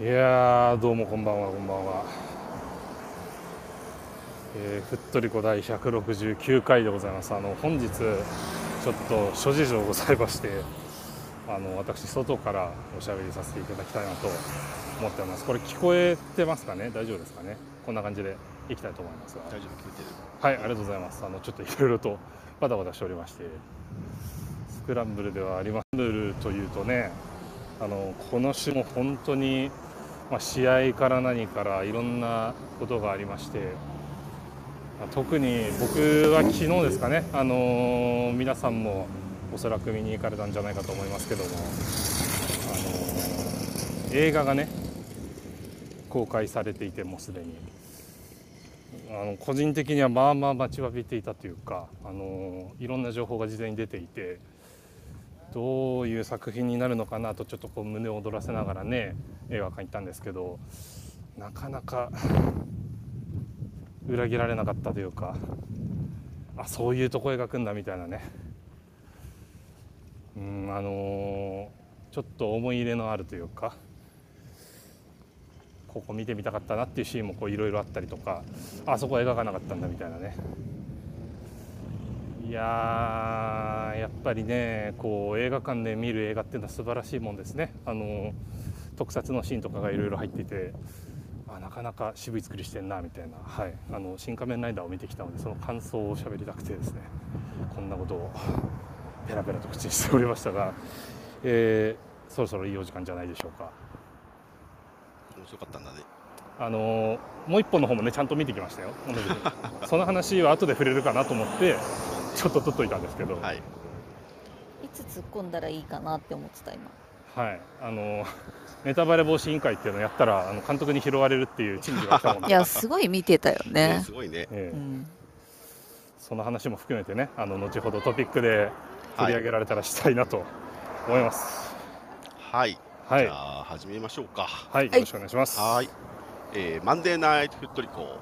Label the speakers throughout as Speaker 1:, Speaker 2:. Speaker 1: いやーどうもこんばんはこんばんは、えー、ふっとりこ第169回でございますあの本日ちょっと諸事情ございましてあの私外からおしゃべりさせていただきたいなと思っておりますこれ聞こえてますかね大丈夫ですかねこんな感じでいきたいと思いますが
Speaker 2: 大丈夫聞いてる
Speaker 1: はいありがとうございますあのちょっといろいろとバタバタしておりましてスクランブルではありますルールというとねあのこの種も本当に、まあ、試合から何からいろんなことがありまして、まあ特に僕は昨日ですかね、あのー皆さんもおそらく見に行かれたんじゃないかと思いますけども、あのー映画がね公開されていてもうすでに。あの個人的にはまあまあ待ちわびていたというか、あのいろんな情報が事前に出ていてどういう作品になるのかなとちょっとこう胸を躍らせながらね映画館行ったんですけどなかなか 裏切られなかったというかあそういうとこ描くんだみたいなねうんあのちょっと思い入れのあるというかここ見てみたかったなっていうシーンもこういろいろあったりとかあそこは描かなかったんだみたいなねいやーやっぱりねこう映画館で見る映画っていうのは素晴らしいもんですねあの特撮のシーンとかがいろいろ入っていてあなかなか渋い作りしてんなみたいな、はい、あの新仮面ライダーを見てきたのでその感想を喋りたくてですねこんなことをペラペラと口にしておりましたが、えーそろそろいいお時間じゃないでしょうか。
Speaker 2: 面白かったんだね
Speaker 1: あのもう一本の方もねちゃんと見てきましたよ同じくその話は後で触れるかなと思ってちょっと取っといたんですけど、
Speaker 2: はい
Speaker 3: いつ突っ込んだらいいかなって思ってた今
Speaker 1: はいあの ネタバレ防止委員会っていうのをやったらあの監督に拾われるっていう珍事が来たもんで
Speaker 3: いやすごい見てたよ
Speaker 2: ね
Speaker 3: ね
Speaker 2: すごいね
Speaker 1: え
Speaker 3: う
Speaker 1: え
Speaker 3: ん
Speaker 1: その話も含めてねあの後ほどトピックで取り上げられたらしたいなと思います
Speaker 2: はい、
Speaker 1: はい
Speaker 2: じ
Speaker 1: は
Speaker 2: ゃあ始めましょうか
Speaker 1: い、よろしくお願いします
Speaker 2: はいえーマンデーナイトフットリコ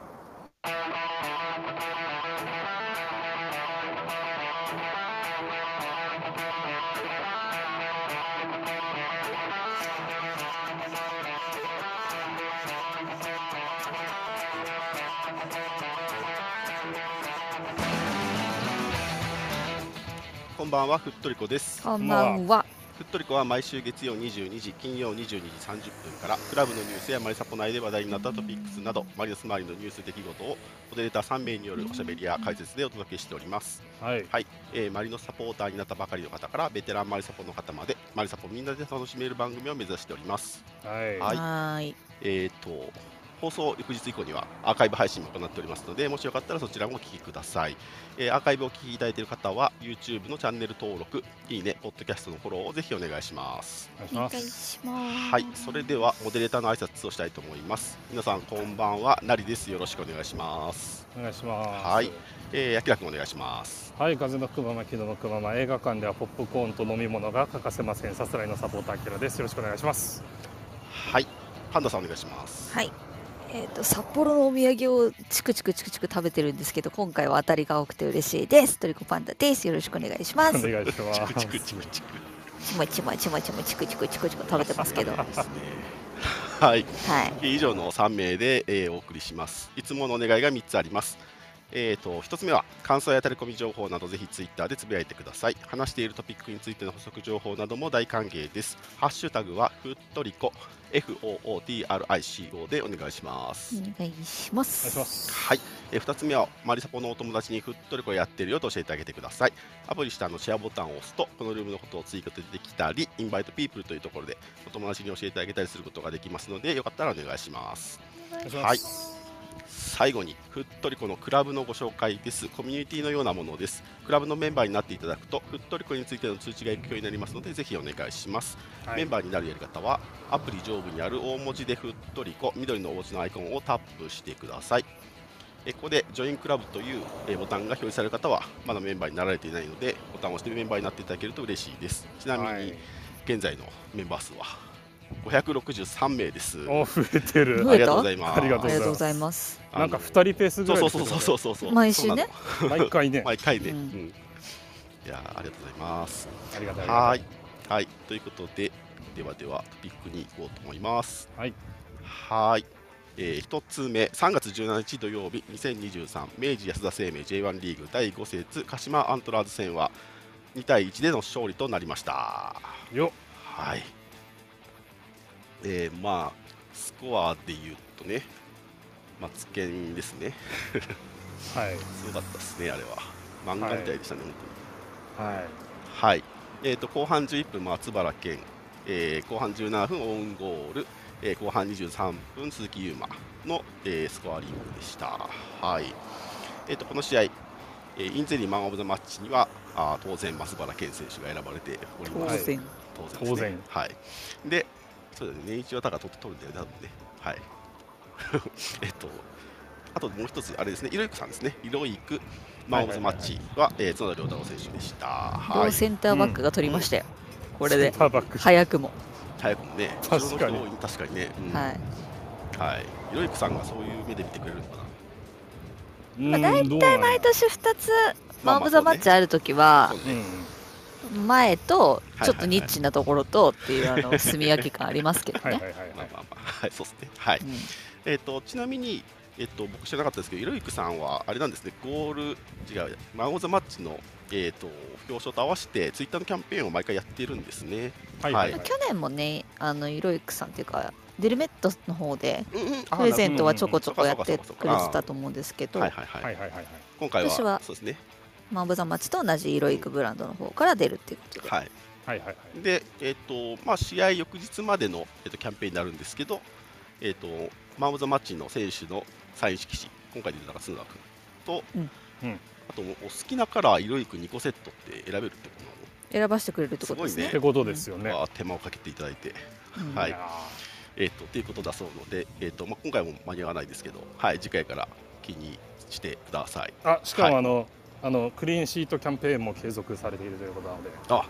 Speaker 2: こんばんはフットリコです
Speaker 3: こんばんは
Speaker 2: ふっとりこは毎週月曜22時、金曜22時30分から、クラブのニュースやマリサポ内で話題になったトピックスなど、マリオス周りのニュース出来事を、モデレーター3名によるおしゃべりや解説でお届けしております。
Speaker 1: はい
Speaker 2: はい、えーマリノスサポーターになったばかりの方から、ベテランマリサポの方まで、マリサポみんなで楽しめる番組を目指しております。
Speaker 1: はい
Speaker 2: は
Speaker 3: はいいい
Speaker 2: えーと放送翌日以降にはアーカイブ配信も行っておりますのでもしよかったらそちらもお聞きください、えーアーカイブをお聞きいただいている方は YouTube のチャンネル登録いいねポッドキャストのフォローをぜひお願いします
Speaker 1: お願いし
Speaker 3: お願
Speaker 1: ま
Speaker 3: い
Speaker 1: す
Speaker 3: します
Speaker 2: はいそれではモデレーターの挨拶をしたいと思います皆さんこんばんはなりですよろしくお願いします
Speaker 1: お願いします
Speaker 2: はいえー、あきらくんお願いします
Speaker 1: はい、風のくまま、木戸のくまま、映画館ではポップコーンと飲み物が欠かせません。さすらいのサポーター、あきらです。よろしくお願いします。
Speaker 2: はいパンダさんお願いします
Speaker 3: はいえっ、と札幌のお土産をチクチクチクチク食べてるんですけど今回は当たりが多くて嬉しいですトリコパンダですよろしくお願いしま
Speaker 1: お
Speaker 3: す
Speaker 1: 願いしま
Speaker 2: チ
Speaker 1: す。
Speaker 2: クチクチクチク
Speaker 3: ちまちまちまちまチクチクチクチク食べてますけどはい
Speaker 2: ですねはい以上の3名で、えーお送りします。いつものお願いが3つあります。えー、と1つ目は感想やタレコミ情報などぜひツイッターでつぶやいてください話しているトピックについての補足情報なども大歓迎ですハッシュタグはふっとりこ FOOTRICO でお願いします、
Speaker 3: お願いしま
Speaker 1: お願い
Speaker 3: す
Speaker 1: します。
Speaker 2: はい、えー、2つ目はマリサポのお友達にふっとりこやってるよと教えてあげてくださいアプリ下のシェアボタンを押すとこのルームのことを追加でできたりインバイトピープルというところでお友達に教えてあげたりすることができますのでよかったらお願いします
Speaker 3: お願いし
Speaker 2: は
Speaker 1: お
Speaker 2: い
Speaker 1: 願いします
Speaker 2: 最後にふっとりこのクラブのご紹介ですコミュニティのようなものですクラブのメンバーになっていただくとふっとりこについての通知が行くようになりますのでぜひお願いします、
Speaker 1: はい
Speaker 2: メンバーになるやり方はアプリ上部にある大文字でふっとりこ緑のお文字のアイコンをタップしてくださいえここでジョインクラブというえボタンが表示される方はまだメンバーになられていないのでボタンを押してメンバーになっていただけると嬉しいですちなみ
Speaker 1: は
Speaker 2: に
Speaker 1: い
Speaker 2: 現在のメンバー数は563名です
Speaker 1: お、増えてる。
Speaker 3: 増
Speaker 2: あ
Speaker 3: え
Speaker 2: りがとうございま
Speaker 1: あ
Speaker 2: す
Speaker 1: りが
Speaker 3: ありがとうございます
Speaker 1: なんか二人ペースぐ
Speaker 2: そう
Speaker 1: らい
Speaker 2: そう
Speaker 1: で
Speaker 2: そうそうそうそう
Speaker 3: 毎週ね
Speaker 1: う。毎回ね。
Speaker 2: 毎回ね、う
Speaker 3: うんん
Speaker 2: いやーありがとうございます
Speaker 1: ありがたい。
Speaker 2: はーいはいということでではではトピックに行こうと思います
Speaker 1: はい
Speaker 2: はいえー、1つ目3月17日土曜日2023明治安田生命 J1 リーグ第5節鹿島アントラーズ戦は2対1での勝利となりました
Speaker 1: よっ
Speaker 2: はいえー、まあスコアで言うとねマツケンですね
Speaker 1: はい
Speaker 2: すごかったですねあれは漫画みたいでしたね、本当に
Speaker 1: はい
Speaker 2: はい、えー、と後半11分、松原健、えー後半17分、オウンゴール、えー後半23分、鈴木優馬の、えースコアリングでした。はいえー、とこの試合、えーインゼリーマン・オブ・ザ・マッチにはあー当然、松原健選手が選ばれており
Speaker 4: 当
Speaker 2: ます。
Speaker 4: 然。
Speaker 2: 当然,、
Speaker 1: 当然
Speaker 2: はい、で、そうだね、年一はだから取って取るんだよね、多分ね。はい えっとあともう一つ、あれですね、イロイクさんですね、イロイク、マン・オブ・ザ・マッチは、えー角田良太郎選手でした。は
Speaker 4: 両
Speaker 2: い
Speaker 4: センターバックが取りましたよ。これ
Speaker 1: セン
Speaker 4: で
Speaker 1: ターバック
Speaker 4: 早くも。
Speaker 2: 早くもね、
Speaker 1: 確かに
Speaker 2: 後ろの人多い確かにね、うん
Speaker 4: はい。
Speaker 2: はい、ひろゆきさんがそういう目で見てくれるのか
Speaker 1: ま
Speaker 2: な、
Speaker 4: だいたい毎年2つマン・オブ・ザ・マッチあるときは
Speaker 2: そうね
Speaker 1: うん
Speaker 4: 前と
Speaker 2: いはい
Speaker 4: ちょっとニッチなところとっていうあの住み分け感ありますけど
Speaker 1: はいはい
Speaker 4: ね。
Speaker 1: はい
Speaker 2: ま
Speaker 1: は
Speaker 2: あ
Speaker 1: い
Speaker 2: まあまあ、はい、そうですね、はい、
Speaker 4: うん
Speaker 2: えっ、と、ちなみに、えっ、と、僕知らなかったですけど、ひろゆきさんはあれなんですね、ゴール、違う、マン・オブ・ザ・マッチの、えっ、と、表彰と合わせて、ツイッターのキャンペーンを毎回やっているんですね。
Speaker 1: はいはい
Speaker 2: まあ
Speaker 1: はい
Speaker 4: 去年もね、あのイロイクさんっていうか、デルメットの方で
Speaker 2: うんうん、あ
Speaker 4: プレゼントは
Speaker 1: な
Speaker 4: ち
Speaker 1: る
Speaker 4: ょ
Speaker 1: ほ
Speaker 4: こ
Speaker 2: ど
Speaker 4: ちょこやってくれてたと思うんですけど
Speaker 2: はい、はいはい、
Speaker 1: はいはいはい
Speaker 2: 今回は、
Speaker 4: 私は
Speaker 2: そうですね、
Speaker 4: マン・オブ・ザ・マッチと同じイロイクブランドの方から出るっていうことで。
Speaker 2: はい。
Speaker 1: はいはいはい
Speaker 2: で、えっとまあ、試合翌日までの、えっとキャンペーンになるんですけど、えっとマン・オブ・ザ・マッチの選手のサイン色紙、今回出た角田君と、
Speaker 4: うん
Speaker 1: うん
Speaker 2: あとお好きなカラー、色いく2個セットって選べるってこ
Speaker 4: 選ばせてくれるってことです
Speaker 2: すご
Speaker 1: っ
Speaker 2: い
Speaker 4: ね
Speaker 2: ね。
Speaker 1: てことですよ
Speaker 2: とな
Speaker 1: ね
Speaker 2: の、あー手間をかけていただいて、
Speaker 4: うん
Speaker 2: はい
Speaker 1: や
Speaker 2: えっとっていうことだそうので、えっとまあ、今回も間に合わないですけど、はい、次回から気にしてください。
Speaker 1: ーあしか
Speaker 2: はい
Speaker 1: もあの、あのクリーンシートキャンペーンも継続されているということなので、
Speaker 2: あ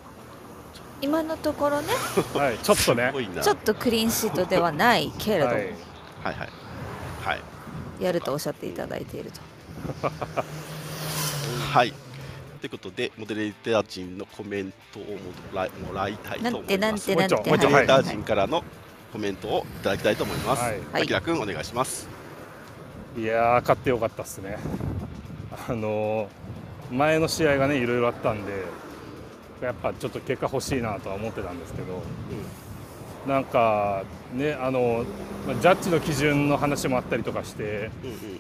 Speaker 4: 今のところね、
Speaker 1: はい、ちょっとね
Speaker 2: すごいな
Speaker 4: ちょっとクリーンシートではないけれど
Speaker 1: は
Speaker 4: も、
Speaker 1: い、
Speaker 2: はいはいはい
Speaker 4: やるとおっしゃっていただいていると。
Speaker 2: はい。ということで、モデレーター陣のコメントをもらいもらいたいと思い
Speaker 4: な
Speaker 2: ま
Speaker 4: ん
Speaker 2: す
Speaker 4: て。
Speaker 1: もう
Speaker 4: な
Speaker 1: 一
Speaker 4: ん
Speaker 1: 丁
Speaker 4: て
Speaker 1: もう
Speaker 2: モ
Speaker 1: 一丁
Speaker 2: デレ
Speaker 4: は
Speaker 2: ー
Speaker 4: い
Speaker 2: タ
Speaker 1: は
Speaker 2: ー陣からのコメントをいただきたいと思います。
Speaker 1: はい
Speaker 4: はい
Speaker 2: あきらくんお願いします。
Speaker 1: いやー、勝ってよかったですね。あのー前の試合がね、いろいろあったんで、やっぱちょっと結果欲しいなとは思ってたんですけど、なんかね、あのまあジャッジの基準の話もあったりとかして、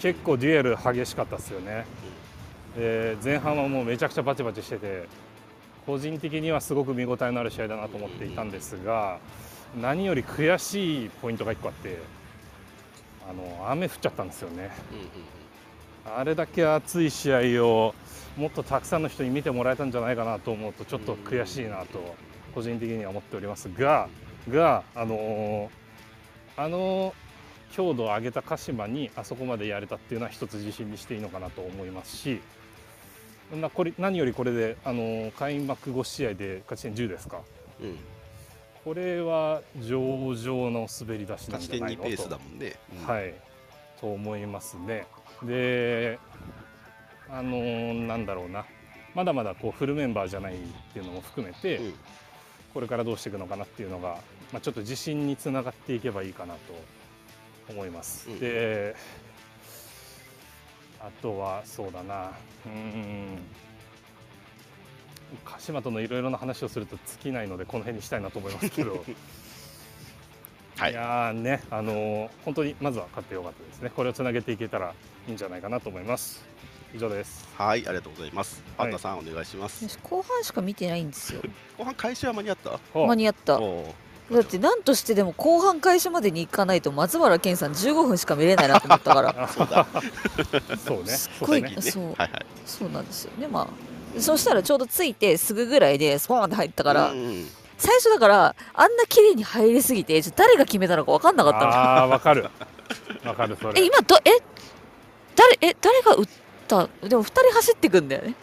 Speaker 1: 結構デュエル激しかったですよね。で前半はもうめちゃくちゃバチバチしてて個人的にはすごく見応えのある試合だなと思っていたんですが何より悔しいポイントが1個あってあの雨降っちゃったんですよね
Speaker 2: うんうん
Speaker 1: あれだけ熱い試合をもっとたくさんの人に見てもらえたんじゃないかなと思うとちょっと悔しいなと個人的には思っておりますががあのーあの強度を上げた鹿島にあそこまでやれたっていうのは一つ自信にしていいのかなと思いますしなこれ何よりこれで、あのー開幕5試合で勝ち点10ですか
Speaker 2: うんうん。
Speaker 1: これは上々の滑り出しなん
Speaker 2: 勝ち
Speaker 1: じゃ
Speaker 2: 点
Speaker 1: ない
Speaker 2: 二
Speaker 1: の
Speaker 2: ペース
Speaker 1: と
Speaker 2: だもんね。うん
Speaker 1: はい、と思いますね。で、あのーなんだろうな、まだまだこうフルメンバーじゃないっていうのも含めて、
Speaker 2: うん
Speaker 1: これからどうしていくのかなっていうのが、まあ、ちょっと自信につながっていけばいいかなと思います。
Speaker 2: うん
Speaker 1: で、あとはそうだな、うーん。鹿島とのいろいろな話をすると尽きないのでこの辺にしたいなと思いますけど
Speaker 2: はいい。
Speaker 1: やーね、あのー本当にまずは勝ってよかったですね。これをつなげていけたらいいんじゃないかなと思います。以上です。
Speaker 2: はい、ありがとうございます。パンダさん、お願いします。
Speaker 4: 私後半しか見てないんですよ。
Speaker 2: 後半開始は間に合った。
Speaker 1: ほう
Speaker 4: 間に合った。
Speaker 2: おー
Speaker 4: だって何としてでも後半開始までに行かないと松原健さん15分しか見れないなと思ったから
Speaker 2: そうだ。
Speaker 1: そう ね。
Speaker 4: すっ
Speaker 1: そ
Speaker 4: ご
Speaker 1: う
Speaker 4: い
Speaker 1: だね。
Speaker 2: ね
Speaker 4: そう
Speaker 2: はいはい。
Speaker 4: そうなんですよねまあそしたらちょうど着いてすぐぐらいでスポーンって入ったから、
Speaker 2: うん うん
Speaker 4: 最初だからあんな綺麗に入りすぎてちょっと誰が決めたのか分かんなかったの
Speaker 1: ああー、わか る。わかる、そ
Speaker 4: え
Speaker 1: れ。
Speaker 4: 今どえ誰え誰が打ったでも2人走ってくんだよね、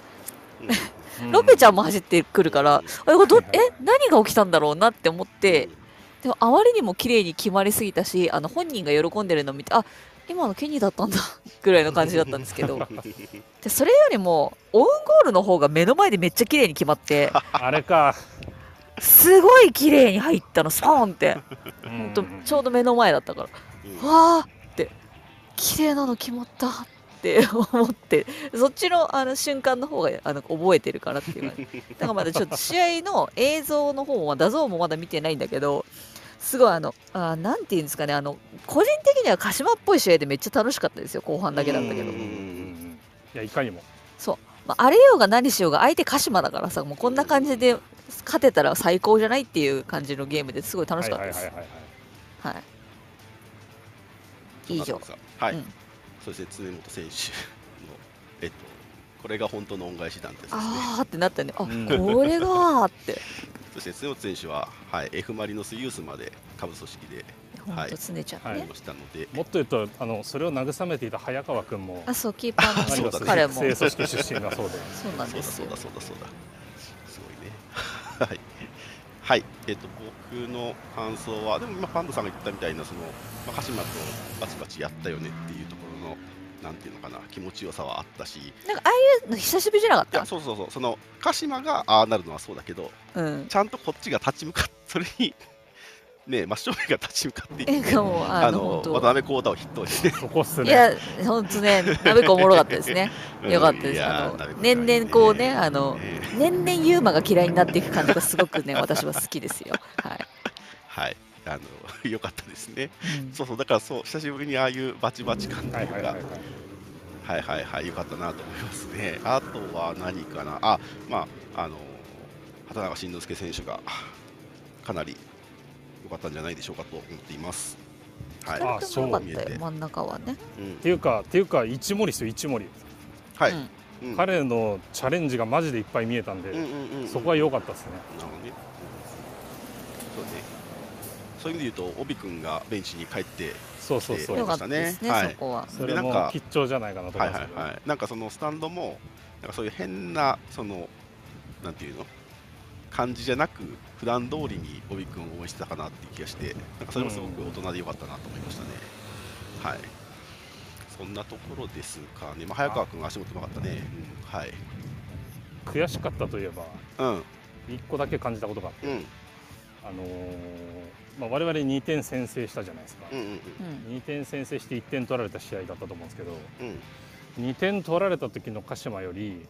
Speaker 1: うん
Speaker 4: ロペちゃんも走ってくるからえこれどえ何が起きたんだろうなって思って、でもあまりにも綺麗に決まりすぎたしあの本人が喜んでるのを見てあ今のケニーだったんだ ぐらいの感じだったんですけど でそれよりもオウンゴールの方が目の前でめっちゃ綺麗に決まって
Speaker 1: あれか。
Speaker 4: すごい綺麗に入ったのスポーンってほ
Speaker 1: 本
Speaker 4: んとちょうど目の前だったから
Speaker 2: うん
Speaker 4: わーって綺麗なの決まったって 思ってそっちのあの瞬間の方があの覚えてるからっていう感じだからまだちょっと試合の映像の方は画像もまだ見てないんだけどすごいあのあーなんていうんですかねあの個人的には鹿島っぽい試合でめっちゃ楽しかったですよ後半だけだったけど
Speaker 2: うん
Speaker 1: いやいかにも
Speaker 4: まあ、あれようが何しようが相手鹿島だからさもうこんな感じで勝てたら最高じゃないっていう感じのゲームですごい楽しかったで
Speaker 1: は
Speaker 4: す。はいい
Speaker 1: はいはいはいはい
Speaker 4: 以上。
Speaker 2: はい、
Speaker 4: うん
Speaker 2: そして常本選手の、えっと、これが本当の恩返し団体ですね。
Speaker 4: あーってなったね。あ、
Speaker 1: うん
Speaker 4: これがーって。
Speaker 2: そして常本選手は、はい、F ・マリノスユースまで下部組織で
Speaker 4: ほんとつねちゃんね、
Speaker 1: はい
Speaker 2: やりましたので、
Speaker 1: もっと言うとあのそれを慰めていた早川君も
Speaker 4: あそうキーパ ー
Speaker 2: あ
Speaker 4: の
Speaker 2: そうだ
Speaker 4: そう
Speaker 2: ね
Speaker 4: 彼も
Speaker 1: 正組織出身だそうで
Speaker 4: そうなん
Speaker 2: そう
Speaker 4: で
Speaker 2: だ
Speaker 4: す
Speaker 2: そう
Speaker 4: よ
Speaker 2: だそうだそうだ、すごい ね。はいはいえっと僕の感想は、でも今、パンダさんが言ったみたいな、そのまあ鹿島とバチバチやったよねっていうところの、なんていうのかな、気持ちよさはあったし、い
Speaker 4: なんかああいうの久しぶりじゃなか
Speaker 2: や、
Speaker 4: っ
Speaker 2: そうそうそう、その鹿島がああなるのはそうだけど、
Speaker 4: たうん
Speaker 2: ちゃんとこっちが立ち向かって、それに、ね、真正面が立ち向かってい
Speaker 4: え
Speaker 2: って、
Speaker 4: かもうあ
Speaker 2: あ
Speaker 4: の
Speaker 2: の渡
Speaker 4: 本当
Speaker 2: 辺幸太を筆頭にして、
Speaker 1: すそこっす
Speaker 4: い
Speaker 1: ね
Speaker 4: や本当ねなべこおもろかったですねよかったです
Speaker 2: いやー
Speaker 4: あの
Speaker 2: なるほど
Speaker 4: 年々こうねあの
Speaker 2: ね
Speaker 4: 年々ユーマが嫌いになっていく感じがすごくね 私は好きですよはい、
Speaker 2: はい、あのよかったですね。
Speaker 4: うん
Speaker 2: そうそう、だからそう、久しぶりにああいうバチバチ感と
Speaker 1: はいいう
Speaker 2: か、
Speaker 1: は
Speaker 2: はいい
Speaker 1: は
Speaker 2: はい
Speaker 1: はい
Speaker 2: いはい、よかったなと思いますね。あとは何かな、あ、まあ、あの、畑中慎之介選手が、かなり良かったんじゃないでしょうかと思っています。はい、
Speaker 1: あ
Speaker 4: 二人とも良かっ
Speaker 2: そう
Speaker 4: たよ真ん中はね
Speaker 2: うん
Speaker 1: っていうかっていうか一森ですよ一森、
Speaker 2: はい、
Speaker 4: うん
Speaker 2: うん
Speaker 1: 彼のチャレンジがマジでいっぱい見えたんで、
Speaker 2: うんうんうん、
Speaker 1: そこは良かったですね
Speaker 2: なのね、そうね、そういう意味で言うと、帯君がベンチに帰って、
Speaker 1: そうそうそう
Speaker 2: で
Speaker 4: 良か
Speaker 2: ま
Speaker 4: っ
Speaker 2: した
Speaker 4: た
Speaker 2: ね
Speaker 4: ですね
Speaker 2: はい
Speaker 4: そこは
Speaker 1: それ
Speaker 2: でなん
Speaker 1: も
Speaker 2: か
Speaker 1: 吉兆じゃないかなと思
Speaker 2: はいい
Speaker 1: ま
Speaker 2: は
Speaker 1: す
Speaker 2: いはい、なんかそのスタンドも、なんかそういう変な、その、なんていうの、感じじゃなく、普段通りに帯君を応援してたかなっていう気がして、なんかそれもすごく大人でよかったなと思いましたね。はいそんなところですかね、まあ、早川君、足元うまかったね、うんはい、
Speaker 1: 悔しかったといえば
Speaker 2: うん、
Speaker 1: 一個だけ感じたことがあって
Speaker 2: うん、
Speaker 1: あのーまあ、我々2点先制したじゃないですか、
Speaker 2: うん、うん、
Speaker 4: うん
Speaker 1: 2点先制して1点取られた試合だったと思うんですけど
Speaker 2: うん、
Speaker 1: 2点取られた時の鹿島より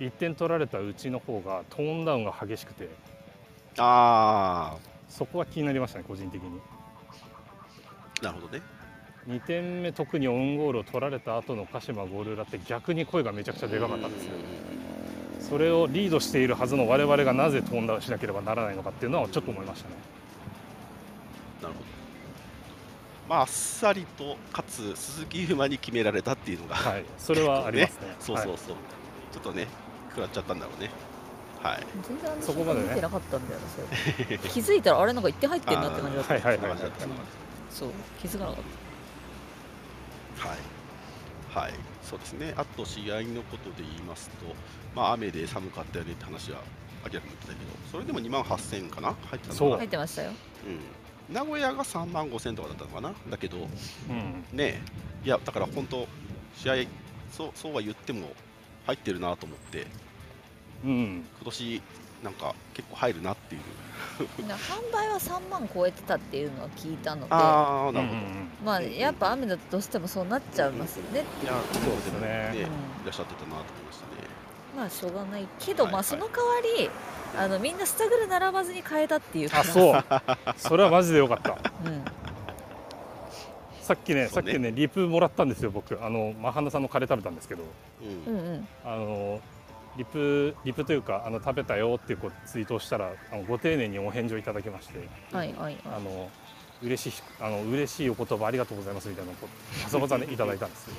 Speaker 1: 1点取られたうちの方がトーンダウンが激しくて
Speaker 2: あ
Speaker 1: そこは気になりましたね個人的に
Speaker 2: ー、なるほどね、
Speaker 1: 2点目特にオウンゴールを取られた後の鹿島ゴール裏って逆に声がめちゃくちゃでかかったんですよそれをリードしているはずの我々がなぜトーンダウンしなければならないのかっていうのはちょっと思いましたね
Speaker 2: なるほど。まあ、あっさりと、かつ鈴木優馬に決められたっていうのが、
Speaker 1: はいそれはあり ますね
Speaker 2: そうそ
Speaker 1: は
Speaker 2: うそう、ちょっとね、食らっちゃったんだろうね。はい。
Speaker 4: 全然あの
Speaker 1: そこまでね
Speaker 4: 見てなかったんだよなそれ気づいたらあれなんか一点入ってんなって感じだった
Speaker 1: い、はいはい
Speaker 2: 食
Speaker 1: は
Speaker 2: ら
Speaker 1: い
Speaker 2: っちゃったな
Speaker 4: そう気づかなかっ
Speaker 2: はい。はい。そうですね。あと試合のことで言いますと、まあ雨で寒かったよねって話は明らかに言ってたけど、それでも2万8000かな入ってたのか
Speaker 1: そ
Speaker 2: な。
Speaker 1: う
Speaker 4: た入ってましたよ
Speaker 2: うん。名古屋が3万5000とかだったのかな。だけどね
Speaker 1: うん
Speaker 2: え、いやだから本当試合そうそうは言っても入ってるなと思って、
Speaker 1: うん
Speaker 2: 今年なんか結構入るなっていう。
Speaker 4: な販売は3万超えてたっていうのは聞いたので
Speaker 2: ああ
Speaker 1: う
Speaker 2: なるほど。
Speaker 1: ん
Speaker 4: まあやっぱ雨だとどうしてもそうなっちゃいますよね、
Speaker 2: いやそうです
Speaker 1: ね
Speaker 4: うん
Speaker 2: ねいらっしゃってたなと思いましたね。
Speaker 4: まあしょうがないけど、
Speaker 2: はい
Speaker 4: ま
Speaker 2: は
Speaker 4: あ
Speaker 2: い
Speaker 4: その代わりあのみんなスタグル並ばずに変えたっていう
Speaker 1: あ
Speaker 4: う、
Speaker 1: そうそれはマジでよかった
Speaker 4: うん、
Speaker 1: さっきね
Speaker 2: そ
Speaker 1: さ
Speaker 2: う
Speaker 1: っ
Speaker 2: ね
Speaker 1: きねリプもらったんですよ僕あのマハナさんのカレー食べたんですけど
Speaker 2: うん
Speaker 4: うんうん
Speaker 1: あのリプリプというかあの食べたよっていうこうツイートをしたらあのご丁寧にお返事をいただきまして
Speaker 4: はいはい
Speaker 1: あの嬉しいあの嬉しいお言葉ありがとうございますみたいなこうパサパサねいただいたん ですよ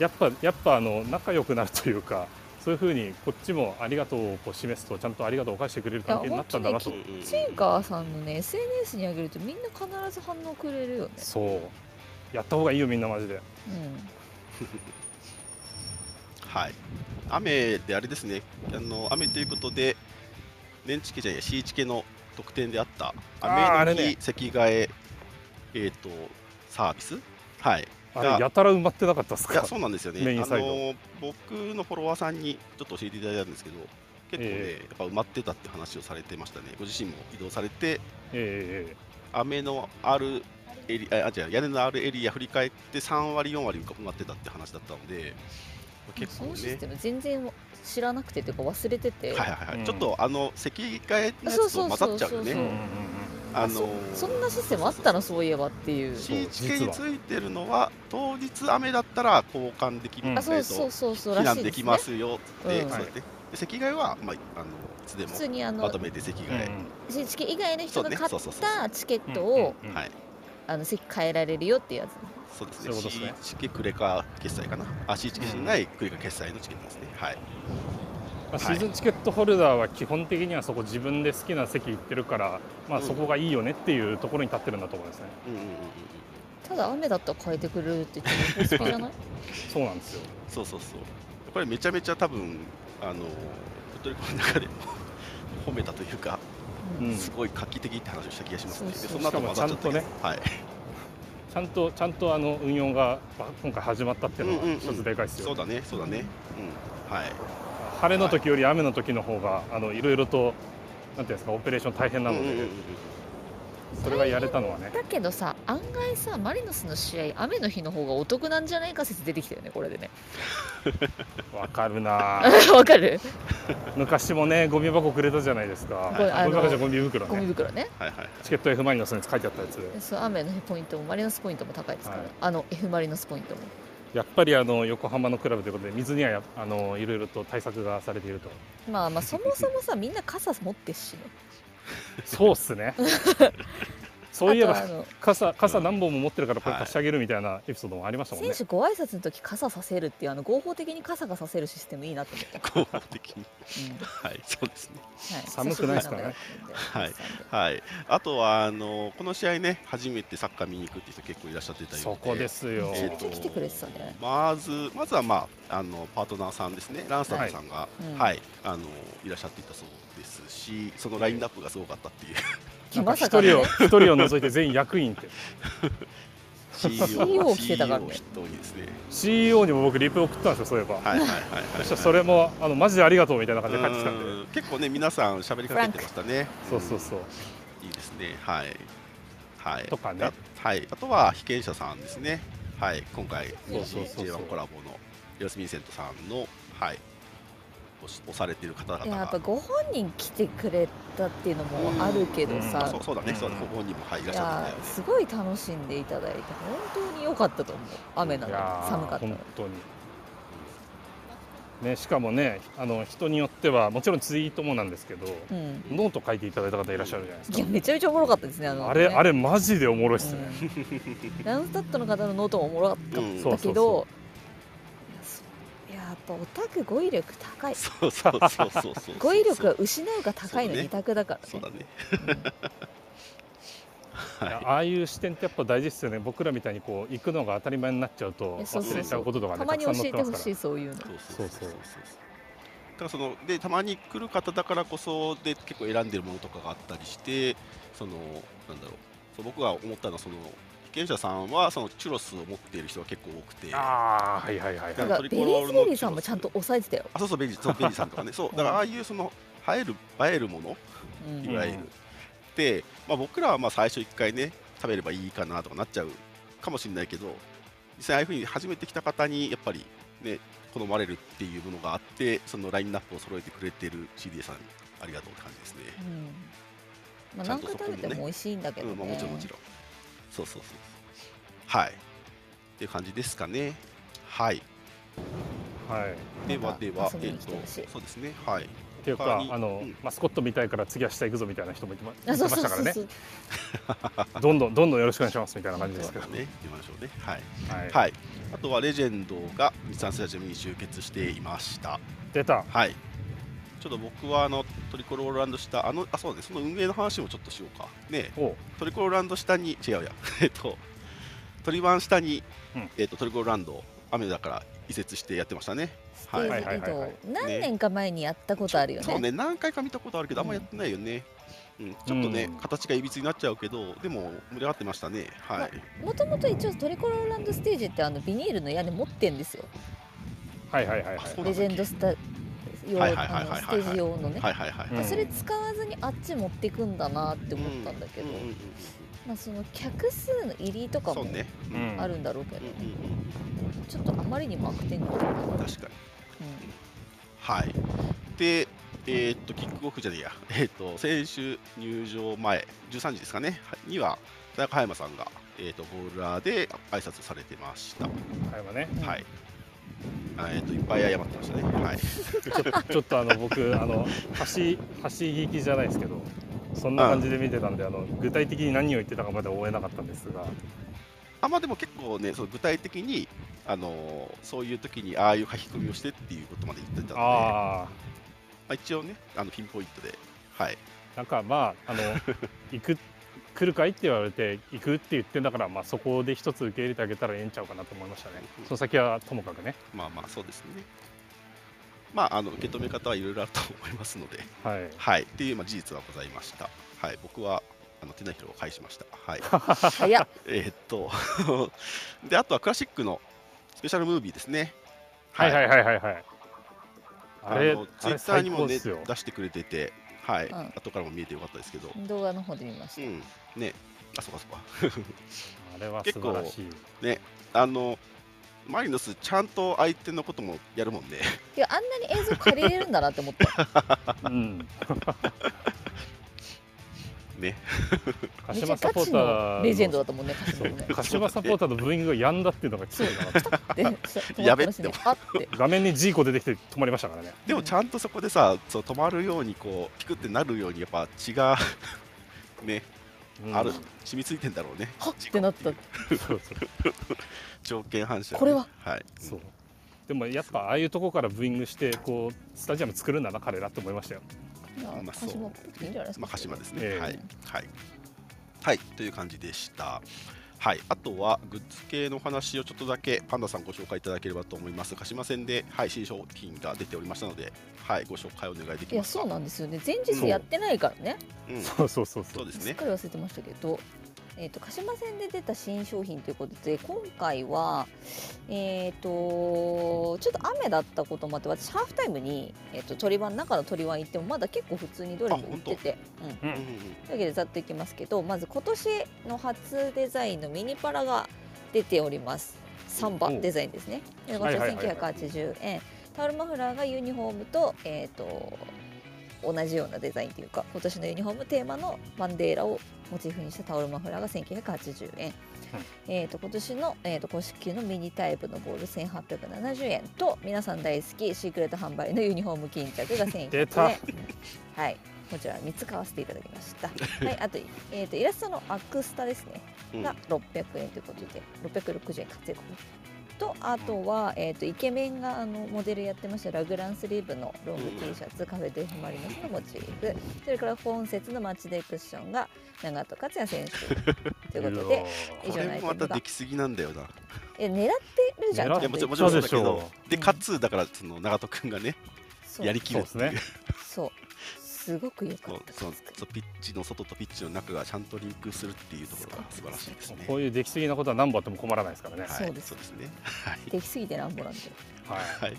Speaker 4: う
Speaker 1: やっぱやっぱあの仲良くなるというかそういうふうにこっちもありがとうをこう示すとちゃんとありがとうを返してくれる関係になったんだなと
Speaker 4: いや
Speaker 2: うん
Speaker 4: んチーカーさんのね SNS に上げるとみんな必ず反応くれるよね
Speaker 1: そうやった方がいいよみんなマジで
Speaker 4: う
Speaker 2: はい、雨であれですね、あの雨ということで、年地家じゃないや、C 地家の特典であった、
Speaker 1: あー
Speaker 2: 雨の
Speaker 1: あれ
Speaker 2: 日
Speaker 1: ね
Speaker 2: 席替え、えー、とサービス、はい、
Speaker 1: あ
Speaker 2: いや
Speaker 1: れやたら埋まってなかったっす
Speaker 2: い
Speaker 1: か
Speaker 2: やそうなんですよね
Speaker 1: メイン
Speaker 2: あ
Speaker 1: サイド
Speaker 2: の、僕のフォロワーさんにちょっと教えていただいたんですけど、結構ね、
Speaker 1: え
Speaker 2: やっぱ埋まってたって話をされてましたねご自身も移動されて
Speaker 1: え
Speaker 2: 雨のあるエリああ違う屋根のあるエリア振り返って3割4割埋まってたって話だったので結構
Speaker 4: そ
Speaker 2: ね
Speaker 4: のシステム全然知らなくてというか忘れて
Speaker 2: は
Speaker 4: て、
Speaker 2: いはいはい、
Speaker 1: うん
Speaker 2: ちょっとあの赤外のやつと混ざっちゃうよ
Speaker 4: そうそうそうそう
Speaker 1: え
Speaker 2: ね。
Speaker 4: あ
Speaker 2: あのー
Speaker 4: そそんなシステムあったのそういえばっていう
Speaker 1: そ
Speaker 2: CHK についてるのは当日雨だったら交換できる
Speaker 1: うん
Speaker 2: の
Speaker 4: あそう
Speaker 2: で
Speaker 4: そう
Speaker 2: 避
Speaker 4: そうそうらし
Speaker 2: 難で
Speaker 4: いです
Speaker 2: き
Speaker 4: ね
Speaker 2: ますよって、
Speaker 4: うん
Speaker 2: そうやってで赤外はまああのいつで
Speaker 4: 普通
Speaker 2: も
Speaker 4: にあ
Speaker 2: ま
Speaker 4: の
Speaker 2: とめて赤
Speaker 1: うんうん
Speaker 2: 外、
Speaker 4: 新式以外の人が買っ
Speaker 2: そうねそうそうそう
Speaker 4: たチケット
Speaker 1: うん
Speaker 4: を
Speaker 1: うんうん
Speaker 2: はい
Speaker 4: あの席変えられるよってやつ
Speaker 2: そうです
Speaker 1: そういう
Speaker 2: ね
Speaker 1: ことですね
Speaker 2: CHK クレカ決済かなあ CHK じゃないクレカ決済のチケットですねはい
Speaker 1: まあシーズンチケットホルダーは基本的にはそこ自分で好きな席行ってるから、まあ、
Speaker 2: うん
Speaker 1: そこがいいよねっていうところに立ってるんだと思いますね、
Speaker 2: うんうんうんうん
Speaker 4: ただ雨だったら変えてくれるって言ってもコスパ じゃない
Speaker 1: そうなんですよ
Speaker 2: そうそうそうこれめちゃめちゃ多分あの鳥取コの中でも褒めたというか
Speaker 1: うん
Speaker 2: すごい画期的って話をした気がしますね。で
Speaker 4: そうそう
Speaker 2: その後
Speaker 1: しかも
Speaker 2: 混ざっちゃったけど
Speaker 1: ちゃんとね
Speaker 2: はい。
Speaker 1: ちゃんとちゃんとあの運用がまあ今回始まったっていうの
Speaker 2: うんう
Speaker 1: は
Speaker 2: んうん
Speaker 1: 一つでかいですよ、
Speaker 2: そうだね、そうだね。うん。はい。
Speaker 1: 晴れの時より雨の時の方があのいろいろとなんていうんですかオペレーション大変なので、
Speaker 2: うんうんうん
Speaker 1: それがやれたのはね
Speaker 4: だけどさ案外さマリノスの試合雨の日の方がお得なんじゃないか説出てきたよねこれでね
Speaker 1: わかる なぁ
Speaker 4: わかる
Speaker 1: 昔もねゴミ箱くれたじゃないですか
Speaker 2: これ
Speaker 4: あ
Speaker 1: ゴ
Speaker 4: の
Speaker 1: ミ箱じゃゴミ袋
Speaker 4: ゴミ
Speaker 1: ね
Speaker 4: 袋ね
Speaker 2: はいはい。
Speaker 1: チケット F マリノスに書いてあったやつ
Speaker 4: そう雨の日ポイントもマリノスポイントも高いですから、
Speaker 1: はい
Speaker 4: あの F マリノスポイントも
Speaker 1: やっぱりあの横浜のクラブということで水にはやあのいろいろと対策がされていると
Speaker 4: まあまあそもそもさみんな傘持ってっしね
Speaker 1: そうっす ねそういえ
Speaker 4: あとあ
Speaker 1: ば
Speaker 4: の
Speaker 1: 傘傘何本も持ってるからこれ
Speaker 2: はい
Speaker 1: 貸してあげるみたいなエピソードもありましたもん
Speaker 4: 選
Speaker 1: ね
Speaker 4: 手ご挨拶の時傘させるっていうあの合法的に傘がさせるシステムいいなと思った、
Speaker 2: 合法的に。
Speaker 4: うんは
Speaker 2: はい、そうですね。
Speaker 4: い
Speaker 1: 寒くないですからね
Speaker 2: はいはい。あとは、あの、この試合ね、初めてサッカー見に行くって人結構いらっしゃってたよう。
Speaker 1: そこですすよ
Speaker 4: めちゃくちゃ来てくれてたね
Speaker 2: まず、まずは、まあ、あの、パートナーさんですね、ランスターさんが、はい、
Speaker 4: うん
Speaker 2: あの、いらっしゃっていたそうですし、そのラインナップがすごかったっていう。
Speaker 1: なんか
Speaker 4: ま
Speaker 1: 一
Speaker 4: さかね
Speaker 1: 人を一人を除いて全員役員って
Speaker 4: CEO 来てたから
Speaker 2: CEO
Speaker 4: ね
Speaker 2: 筆頭にですね。
Speaker 1: CEO にも僕リプ送ったんですよそういえば、
Speaker 2: はいはいはいはい。
Speaker 1: そしたらそれもあのマジでありがとうみたいな感じで返ってきたんで
Speaker 2: うん結構ね皆さん喋りかけてましたね。
Speaker 1: そうそうそう
Speaker 2: うん。いいですね。はい。はい。
Speaker 1: とかね
Speaker 2: あはい。あとは被験者さんですね。はい。今回
Speaker 1: そうそうそうそう
Speaker 2: J1 コラボのヨスミンセントさんのはい押し押されている方々
Speaker 4: いややっ
Speaker 2: が
Speaker 4: ぱ。ご本人来てくれたっていうのもあるけど
Speaker 1: ぱ
Speaker 2: あ
Speaker 4: さ
Speaker 2: そう、そうだね。そうだね。
Speaker 1: うん
Speaker 2: ご本人もはいいらっ
Speaker 4: い
Speaker 2: しゃ
Speaker 4: や
Speaker 2: ってた
Speaker 4: すごい楽しんでいただいて本当に良かったと思う雨なの
Speaker 1: い
Speaker 4: に
Speaker 1: やー
Speaker 4: 寒かったのに
Speaker 1: 本当にねしかもねあの人によってはもちろんツイートもなんですけど、
Speaker 4: うん
Speaker 1: ノート書いていただいた方いらっしゃるじゃないです
Speaker 4: い
Speaker 1: か
Speaker 4: やめちゃめちゃおもろかったですねあのね
Speaker 1: あれあれマジでおもろいっすね、
Speaker 4: うんランスタッドの方のノートもおもろか
Speaker 2: よね。うん
Speaker 1: そう
Speaker 4: ったけどいややっぱオタク語彙力高い
Speaker 2: そうそうそうそうそう。
Speaker 4: 語彙力が失うが高いの
Speaker 2: そうね
Speaker 4: 二択だから
Speaker 2: そうだね。
Speaker 1: いやああいう視点ってやっぱ大事ですよね僕らみたいにこう行くのが当たり前になっちゃうと
Speaker 4: いやそうそう
Speaker 1: 忘
Speaker 2: そう
Speaker 1: れちゃうこととか
Speaker 4: た
Speaker 1: ね
Speaker 4: ま
Speaker 1: た
Speaker 4: に
Speaker 1: く
Speaker 4: 教
Speaker 1: さ
Speaker 4: え
Speaker 1: ん載っててます
Speaker 4: ほ
Speaker 1: か
Speaker 4: しいそういうの
Speaker 2: そうそうそうそ
Speaker 1: そうそ
Speaker 2: う
Speaker 1: う
Speaker 2: だからそのでたまに来る方だからこそで結構選んでるものとかがあったりしてそのなんだろうそう僕が思ったのはその被験者さんはそのチュロスを持っている人が結構多くて
Speaker 1: らあ
Speaker 2: あ
Speaker 1: あはいはいはい
Speaker 4: な
Speaker 1: は
Speaker 4: ん
Speaker 1: い
Speaker 4: かベリーセーリーさんもちゃんと抑えてたよ、
Speaker 2: そうそうベリーそうベリーさんとかねそうだからああいうその映える映えるもの
Speaker 4: う
Speaker 2: い
Speaker 4: ん、
Speaker 2: わゆる、で、まあ、僕らはまあ最初一回ね食べればいいかなとかなっちゃうかもしれないけど実際ああいうふうに初めて来た方にやっぱりね好まれるっていうものがあってそのラインナップを揃えてくれてる CDA さんありがとうって感じですね、
Speaker 4: うんまあ、
Speaker 2: ちゃん
Speaker 4: 何
Speaker 2: と
Speaker 4: 回
Speaker 2: そこ
Speaker 4: 食
Speaker 2: もね
Speaker 4: べても美味しいんだけ
Speaker 2: う
Speaker 4: ど、
Speaker 2: んま
Speaker 4: ね
Speaker 2: あ、もちろんもちろんそうそうそうはいっていう感じですかねはい
Speaker 1: はい
Speaker 2: で
Speaker 4: ま
Speaker 2: は
Speaker 4: た
Speaker 2: では
Speaker 4: 遊び
Speaker 2: えっ
Speaker 4: に来
Speaker 2: と
Speaker 4: てほしい
Speaker 2: そうですねはい
Speaker 1: っていう
Speaker 2: 他
Speaker 1: か
Speaker 2: に
Speaker 1: あの、
Speaker 2: うん
Speaker 1: マスコット見たいから次は下行くぞみたいな人もいてまいて
Speaker 4: あ
Speaker 1: ま
Speaker 4: そうそ
Speaker 1: し
Speaker 4: う
Speaker 1: たか
Speaker 4: そ
Speaker 1: らね
Speaker 4: うそう、
Speaker 1: どんどんどんどんよろしくお願いしますみたいな感じですけ
Speaker 2: で
Speaker 1: ど
Speaker 2: はね行きましょうねはい
Speaker 1: はい、
Speaker 2: はい、あとはレジェンドが日産スタジアムに集結していました。
Speaker 1: 出た
Speaker 2: はい、ちょっと僕はあのトリコローランドしたあのあそうだねその運営の話もちょっとしようか。ね
Speaker 1: おう
Speaker 2: トリコローランド下に違うや えっとトリバン下に、
Speaker 1: うん
Speaker 2: えっとトリコローランド雨だから移設してやってましたね。
Speaker 4: ステージ移
Speaker 1: はいはいはいは
Speaker 4: 動
Speaker 1: い
Speaker 4: 何年か前にやったことあるよ
Speaker 2: そう
Speaker 4: ね
Speaker 2: ね何回か見たことあるけどあんまやってないよね。うん、ちょっとね、
Speaker 1: うん
Speaker 2: 形がいびつになっちゃうけどでも盛り上がってましたね。はい。
Speaker 4: もともと一応トリコローランドステージってあのビニールの屋根持ってんですよ
Speaker 1: はいはいはいはい
Speaker 2: あそうなんだ
Speaker 4: レジェンドスタレ用
Speaker 2: はいはいはいはいはい
Speaker 4: あのステージ用のね
Speaker 2: はいはいはい。
Speaker 1: うん
Speaker 4: それ使わずにあっち持ってくんだなって思ったんだけど、
Speaker 2: うううんうん
Speaker 4: まあ、その客数の入りとか
Speaker 2: そ
Speaker 4: も
Speaker 2: うね。
Speaker 1: うん
Speaker 4: あるんだろうけ
Speaker 2: う
Speaker 4: ど
Speaker 2: ん
Speaker 4: ね、
Speaker 2: うん
Speaker 4: ちょっとあまりにも悪点が多い な、
Speaker 2: うん確かに。はい。で、えーっとキックオフじゃねえや。 えーっと先週入場前13時ですかねはいには田中葉山さんがえーっとボーラーで挨拶されてました。
Speaker 1: はいまあね
Speaker 4: うん
Speaker 2: はい。あえーっといっぱい謝ってましたね。はい。
Speaker 1: ちょっとあの 僕あの橋橋聞きじゃないですけどそんな感じで見てたんであの具体的に何を言ってたかまでは追えなかったんですが
Speaker 2: あまあでも結構ねその具体的にあのーそういう時にああいう書き込みをしてっていうことまで言ってたので、ま
Speaker 1: ああ
Speaker 2: あ、一応ねあのピンポイントで。はい、
Speaker 1: なんかまああ の行く来るかいって言われて行くって言ってんだからまあそこで一つ受け入れてあげたらええんちゃうかなと思いましたねその先はともかくね
Speaker 2: まあまあそうですね。まああの受け止め方はいろいろあると思いますので、
Speaker 1: はい
Speaker 2: はい、っていうまあ事実はございました。はい、僕はあの手のひらを返しました。はい、
Speaker 4: 早っ
Speaker 2: えーっと であとはクラシックのスペシャルムービーですね。
Speaker 1: はいはいはいはいはい
Speaker 2: あ
Speaker 1: あれ
Speaker 2: の
Speaker 1: あ
Speaker 2: ツイ
Speaker 1: れ
Speaker 2: ッターに
Speaker 1: 最
Speaker 2: も
Speaker 1: 高
Speaker 2: ね
Speaker 1: で
Speaker 2: 出
Speaker 1: すよ
Speaker 2: してくれてて、はい、
Speaker 4: うん
Speaker 2: 後からも見えてよかったですけど、
Speaker 4: 動画の方で見まし
Speaker 2: う
Speaker 4: た、
Speaker 2: ん、ね、あそうかそうか。
Speaker 1: あれは素晴らしい
Speaker 2: あのマリノスちゃんと相手のこともやるもんね
Speaker 4: いやあんなに映像借りれるんだなって思った
Speaker 1: うん
Speaker 2: ね
Speaker 1: 鹿
Speaker 4: めちゃ
Speaker 1: 島サ
Speaker 4: ガ
Speaker 1: ポー
Speaker 4: チ
Speaker 1: タ
Speaker 4: の
Speaker 1: ー
Speaker 4: レジェンドだと思うね鹿島
Speaker 1: そう
Speaker 4: ね
Speaker 1: 鹿島サポーターのブーイングがやんだっていうのが強いな
Speaker 4: でそう友達
Speaker 2: やべ
Speaker 4: の話にあ って
Speaker 1: 画面にジーコ出てきて止まりましたからね
Speaker 2: でもちゃんとそこでさそう止まるようにこうピクってなるようにやっぱ血が ね、
Speaker 1: うん
Speaker 2: ある染みついてんだろうね
Speaker 4: はっってなった
Speaker 1: そうそう
Speaker 2: 条件反射、ね、
Speaker 4: これはい
Speaker 1: そうでもやっぱああいうとこからブーイングしてこうスタジアム作るんだな彼らって思いましたよ
Speaker 4: まあ
Speaker 2: まあ
Speaker 4: 鹿
Speaker 2: そう
Speaker 4: 島っぽくていいんじゃないですか、
Speaker 2: まあ、鹿島ですね、
Speaker 1: ええ
Speaker 2: はいはい、はい、という感じでしたはいあとはグッズ系のお話をちょっとだけパンダさんご紹介いただければと思います鹿島戦で、はい、新商品が出ておりましたので、はい、ご紹介お願いでき
Speaker 4: いや
Speaker 2: ますか
Speaker 4: そうなんですよね前日やってないからね
Speaker 2: うん
Speaker 1: そうそうそうそ
Speaker 2: そう
Speaker 1: う
Speaker 2: です
Speaker 4: すっ
Speaker 2: ね
Speaker 4: かり忘れてましたけど、えー、と鹿島線で出た新商品ということで今回は、えー、とちょっと雨だったこともあって私ハーフタイムに、えー、と鳥湾中の鳥湾行ってもまだ結構普通にどれも売ってて。うん
Speaker 1: う
Speaker 2: うんうん
Speaker 1: ん
Speaker 2: うん
Speaker 4: というわけでざっといきますけどまず今年の初デザインのミニパラが出ておりますサンバデザインですねでこちら
Speaker 1: はいはいはいはい
Speaker 4: 1980円タオルマフラーがユニフォームと,、えー、と同じようなデザインというか今年のユニフォームテーマのマンデーラをモチーフにしたタオルマフラーが1980円、えー、と今年の、えー、と公式級のミニタイプのボール1870円と皆さん大好きシークレット販売のユニフォーム巾着が1100
Speaker 1: 出
Speaker 4: 円
Speaker 1: た
Speaker 4: はいこちら3つ買わせていただきました。はい、あと,、えー、とイラストのアクスタですね、
Speaker 2: うん
Speaker 4: が600円ということで660円活躍とあとは、えー、とイケメンがあのモデルやってましたラグランスリーブのロング T シャツ、カフェデフマリノスのモチーフそれから本節のマッチデークッションが長門克也選手とい うことで以
Speaker 2: こ
Speaker 4: 上のア
Speaker 2: れ
Speaker 4: イテ
Speaker 2: もま
Speaker 4: ム
Speaker 2: た
Speaker 4: が
Speaker 2: できすぎなんだよな。
Speaker 4: え狙ってるじゃん
Speaker 1: 狙っ
Speaker 2: いやもちろんもち
Speaker 1: そ
Speaker 2: ろ
Speaker 1: うん
Speaker 2: だ
Speaker 1: で
Speaker 2: け
Speaker 1: しょ
Speaker 2: ど、でかつだからその長門くんがね
Speaker 4: そう
Speaker 2: やりきるっていう。
Speaker 4: そうすごくよか
Speaker 2: そ
Speaker 4: っ
Speaker 2: う
Speaker 4: た
Speaker 2: そうそうピッチの外とピッチの中がちゃんとリンクするっていうところが素晴らしいですね。
Speaker 1: こういう出来すぎなことは何本あっても困らないですからね
Speaker 2: はい
Speaker 4: そうです
Speaker 2: そうですね。はい
Speaker 4: できすぎてなんぼなんで
Speaker 1: はい
Speaker 2: はい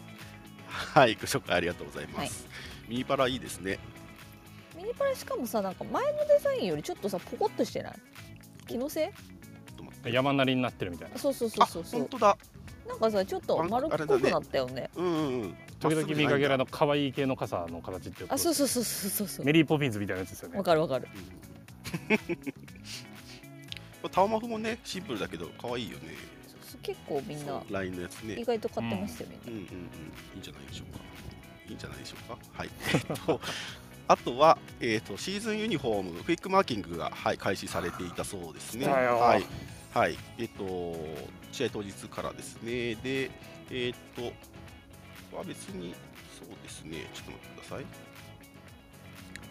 Speaker 2: はいご紹介ありがとうございます。ミニパラいいですね。
Speaker 4: ミニパラしかもさなんか前のデザインよりちょっとさポコッとしてない気のせい
Speaker 2: ちょっと待って
Speaker 1: 山なりになってるみたいな
Speaker 4: そうそうそ
Speaker 2: あ
Speaker 4: うそうそう
Speaker 2: 本当だ。
Speaker 4: なんかさちょっと丸っぽくなったよね
Speaker 2: うんうんうん。
Speaker 1: 時々見かけるあの
Speaker 2: の。
Speaker 1: 可愛い系の傘の形っていう
Speaker 4: あそう
Speaker 1: う
Speaker 4: そうそうそうそうそう
Speaker 1: メリーポピンズみたいなやつですよね
Speaker 4: わかるわか
Speaker 2: う
Speaker 4: る
Speaker 2: ん これタワマフもねシンプルだけど可愛いよね。
Speaker 4: そうそう結構みんな
Speaker 2: そうラインのやつね
Speaker 4: 意。外と買ってましたよみん
Speaker 2: うんうん
Speaker 4: な
Speaker 2: うん、いいんじゃないでしょうか。いいんじゃないでしょうか。 はい。えっと、あとは、えっと、シーズンユニフォーム、クイックマーキングが、はい、開始されていたそうですね。
Speaker 1: 来たよ
Speaker 2: はい。はい。えっと、試合当日からですね。で、えっと、は別に、そうですね。ちょっと待ってください。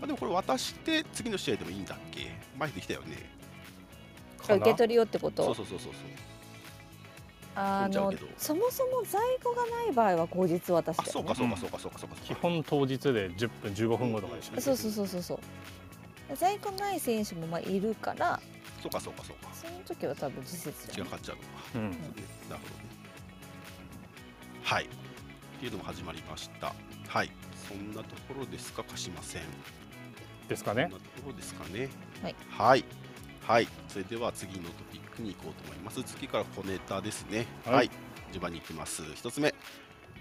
Speaker 2: あでもこれ渡して次の試合でもいいんだっけ前できたよね。
Speaker 4: あ受け取りよってこと
Speaker 2: そうそうそうそうそう。
Speaker 4: あ
Speaker 2: 飛ん
Speaker 4: の
Speaker 2: じゃうけど
Speaker 4: そもそも在庫がない場合は後日渡し
Speaker 2: あ、
Speaker 4: て、ね、
Speaker 2: そうかそうかそうかそうかそうか。
Speaker 1: 基本当日で10分15分後とかでし
Speaker 2: うん
Speaker 1: ょ
Speaker 4: そうそうそうそうそう在庫ない選手もまあいるから
Speaker 2: そうかそうかそうか。
Speaker 4: その時は多分時節じ
Speaker 2: 違
Speaker 4: ゃ
Speaker 2: うんかっちゃうのか。
Speaker 1: うん
Speaker 2: なるほどね。はい。っていうのも始まりましたはいそんなところですか鹿島線
Speaker 1: ですかね
Speaker 2: そんなところですかね
Speaker 4: はい
Speaker 2: はいはいそれでは次のトピックに行こうと思います次から小ネタですね
Speaker 1: はい
Speaker 2: はい、順番に行きます一つ目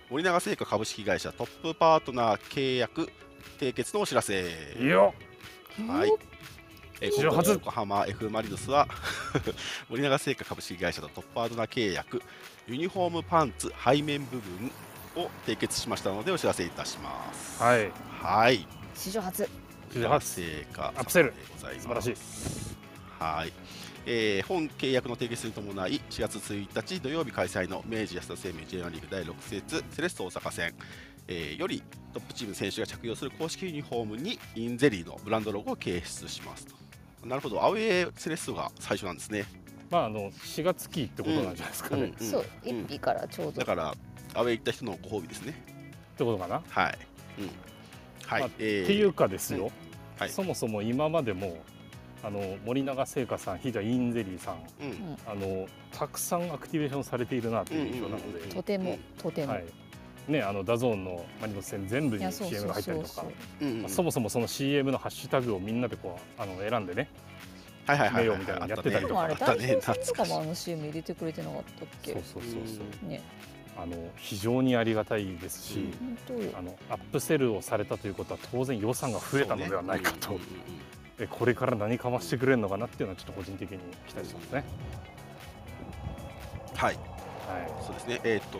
Speaker 2: 森永製菓株式会社トップパートナー契約締結のお知らせ
Speaker 1: いいよ
Speaker 2: はい。えー
Speaker 1: 史上
Speaker 2: ここ
Speaker 1: 初
Speaker 2: 横浜 F ・マリノスは 森永製菓株式会社とトップアードナ契約ユニフォームパンツ背面部分を締結しましたのでお知らせいたします。。
Speaker 1: はいい
Speaker 2: はい。
Speaker 4: 史上初
Speaker 1: 史上初
Speaker 2: 製菓
Speaker 1: アップセル
Speaker 2: でございます。
Speaker 1: 素晴らしい
Speaker 2: はい。えー本契約の締結に伴い4月1日土曜日開催の明治安田生命 J1 リーグ第6節セレッソ大阪戦、えーよりトップチーム選手が着用する公式ユニフォームにインゼリーのブランドロゴを掲出しますとなるほどアウェーセレッソが最初なんですね、
Speaker 1: まああの4月期ってことなんじゃないですかね、っ
Speaker 2: うん
Speaker 4: そう
Speaker 2: う
Speaker 4: 一
Speaker 2: ん
Speaker 4: 匹からちょうど
Speaker 2: だからアウェー行った人のご褒美ですね
Speaker 1: てことかな、
Speaker 2: はい、うんはい
Speaker 1: まあ
Speaker 2: えー
Speaker 1: っていうかですよ、
Speaker 2: はい
Speaker 1: そもそも今までもあの森永製菓さんひいてはインゼリーさん
Speaker 2: うん
Speaker 1: あのたくさんアクティベーションされているなという印象なので、
Speaker 2: うんうんうん
Speaker 4: とて
Speaker 2: う
Speaker 4: も
Speaker 2: ん
Speaker 4: とても、
Speaker 1: はい
Speaker 4: い、
Speaker 1: ね、あのダゾーンのマリノス戦全部
Speaker 4: や
Speaker 1: に
Speaker 4: そうそ
Speaker 1: CM
Speaker 4: う
Speaker 1: が入った
Speaker 4: そ
Speaker 1: り
Speaker 4: う
Speaker 1: と
Speaker 4: そ
Speaker 1: か
Speaker 4: う、
Speaker 2: うんうん
Speaker 1: まあそもそもその CM のハッシュタグをみんなでこうあの選んでね
Speaker 2: はいはいはい
Speaker 1: 名
Speaker 2: は
Speaker 1: 誉みたいなのやっ
Speaker 2: あ
Speaker 1: てた
Speaker 2: ね
Speaker 1: り
Speaker 4: で
Speaker 1: と
Speaker 4: も
Speaker 1: か
Speaker 4: あ
Speaker 2: あ
Speaker 4: れ
Speaker 2: っ
Speaker 4: 大
Speaker 2: たね
Speaker 4: 表さんと
Speaker 2: 懐
Speaker 4: か
Speaker 2: かしい
Speaker 4: もあの CM 入れてくれてなかったっけ
Speaker 1: そうそうそうそう
Speaker 2: う
Speaker 4: ね
Speaker 1: あの非常にありがたいですし、
Speaker 2: うん
Speaker 4: 本当よ
Speaker 1: あのアップセルをされたということは当然予算が増えたのではないか
Speaker 2: そう
Speaker 1: と、
Speaker 2: ねうんうんうん
Speaker 1: えこれから何かましてくれるのかなっていうのはちょっと個人的に期待してますね。
Speaker 2: はい
Speaker 1: は
Speaker 2: そうですね、えっ、と、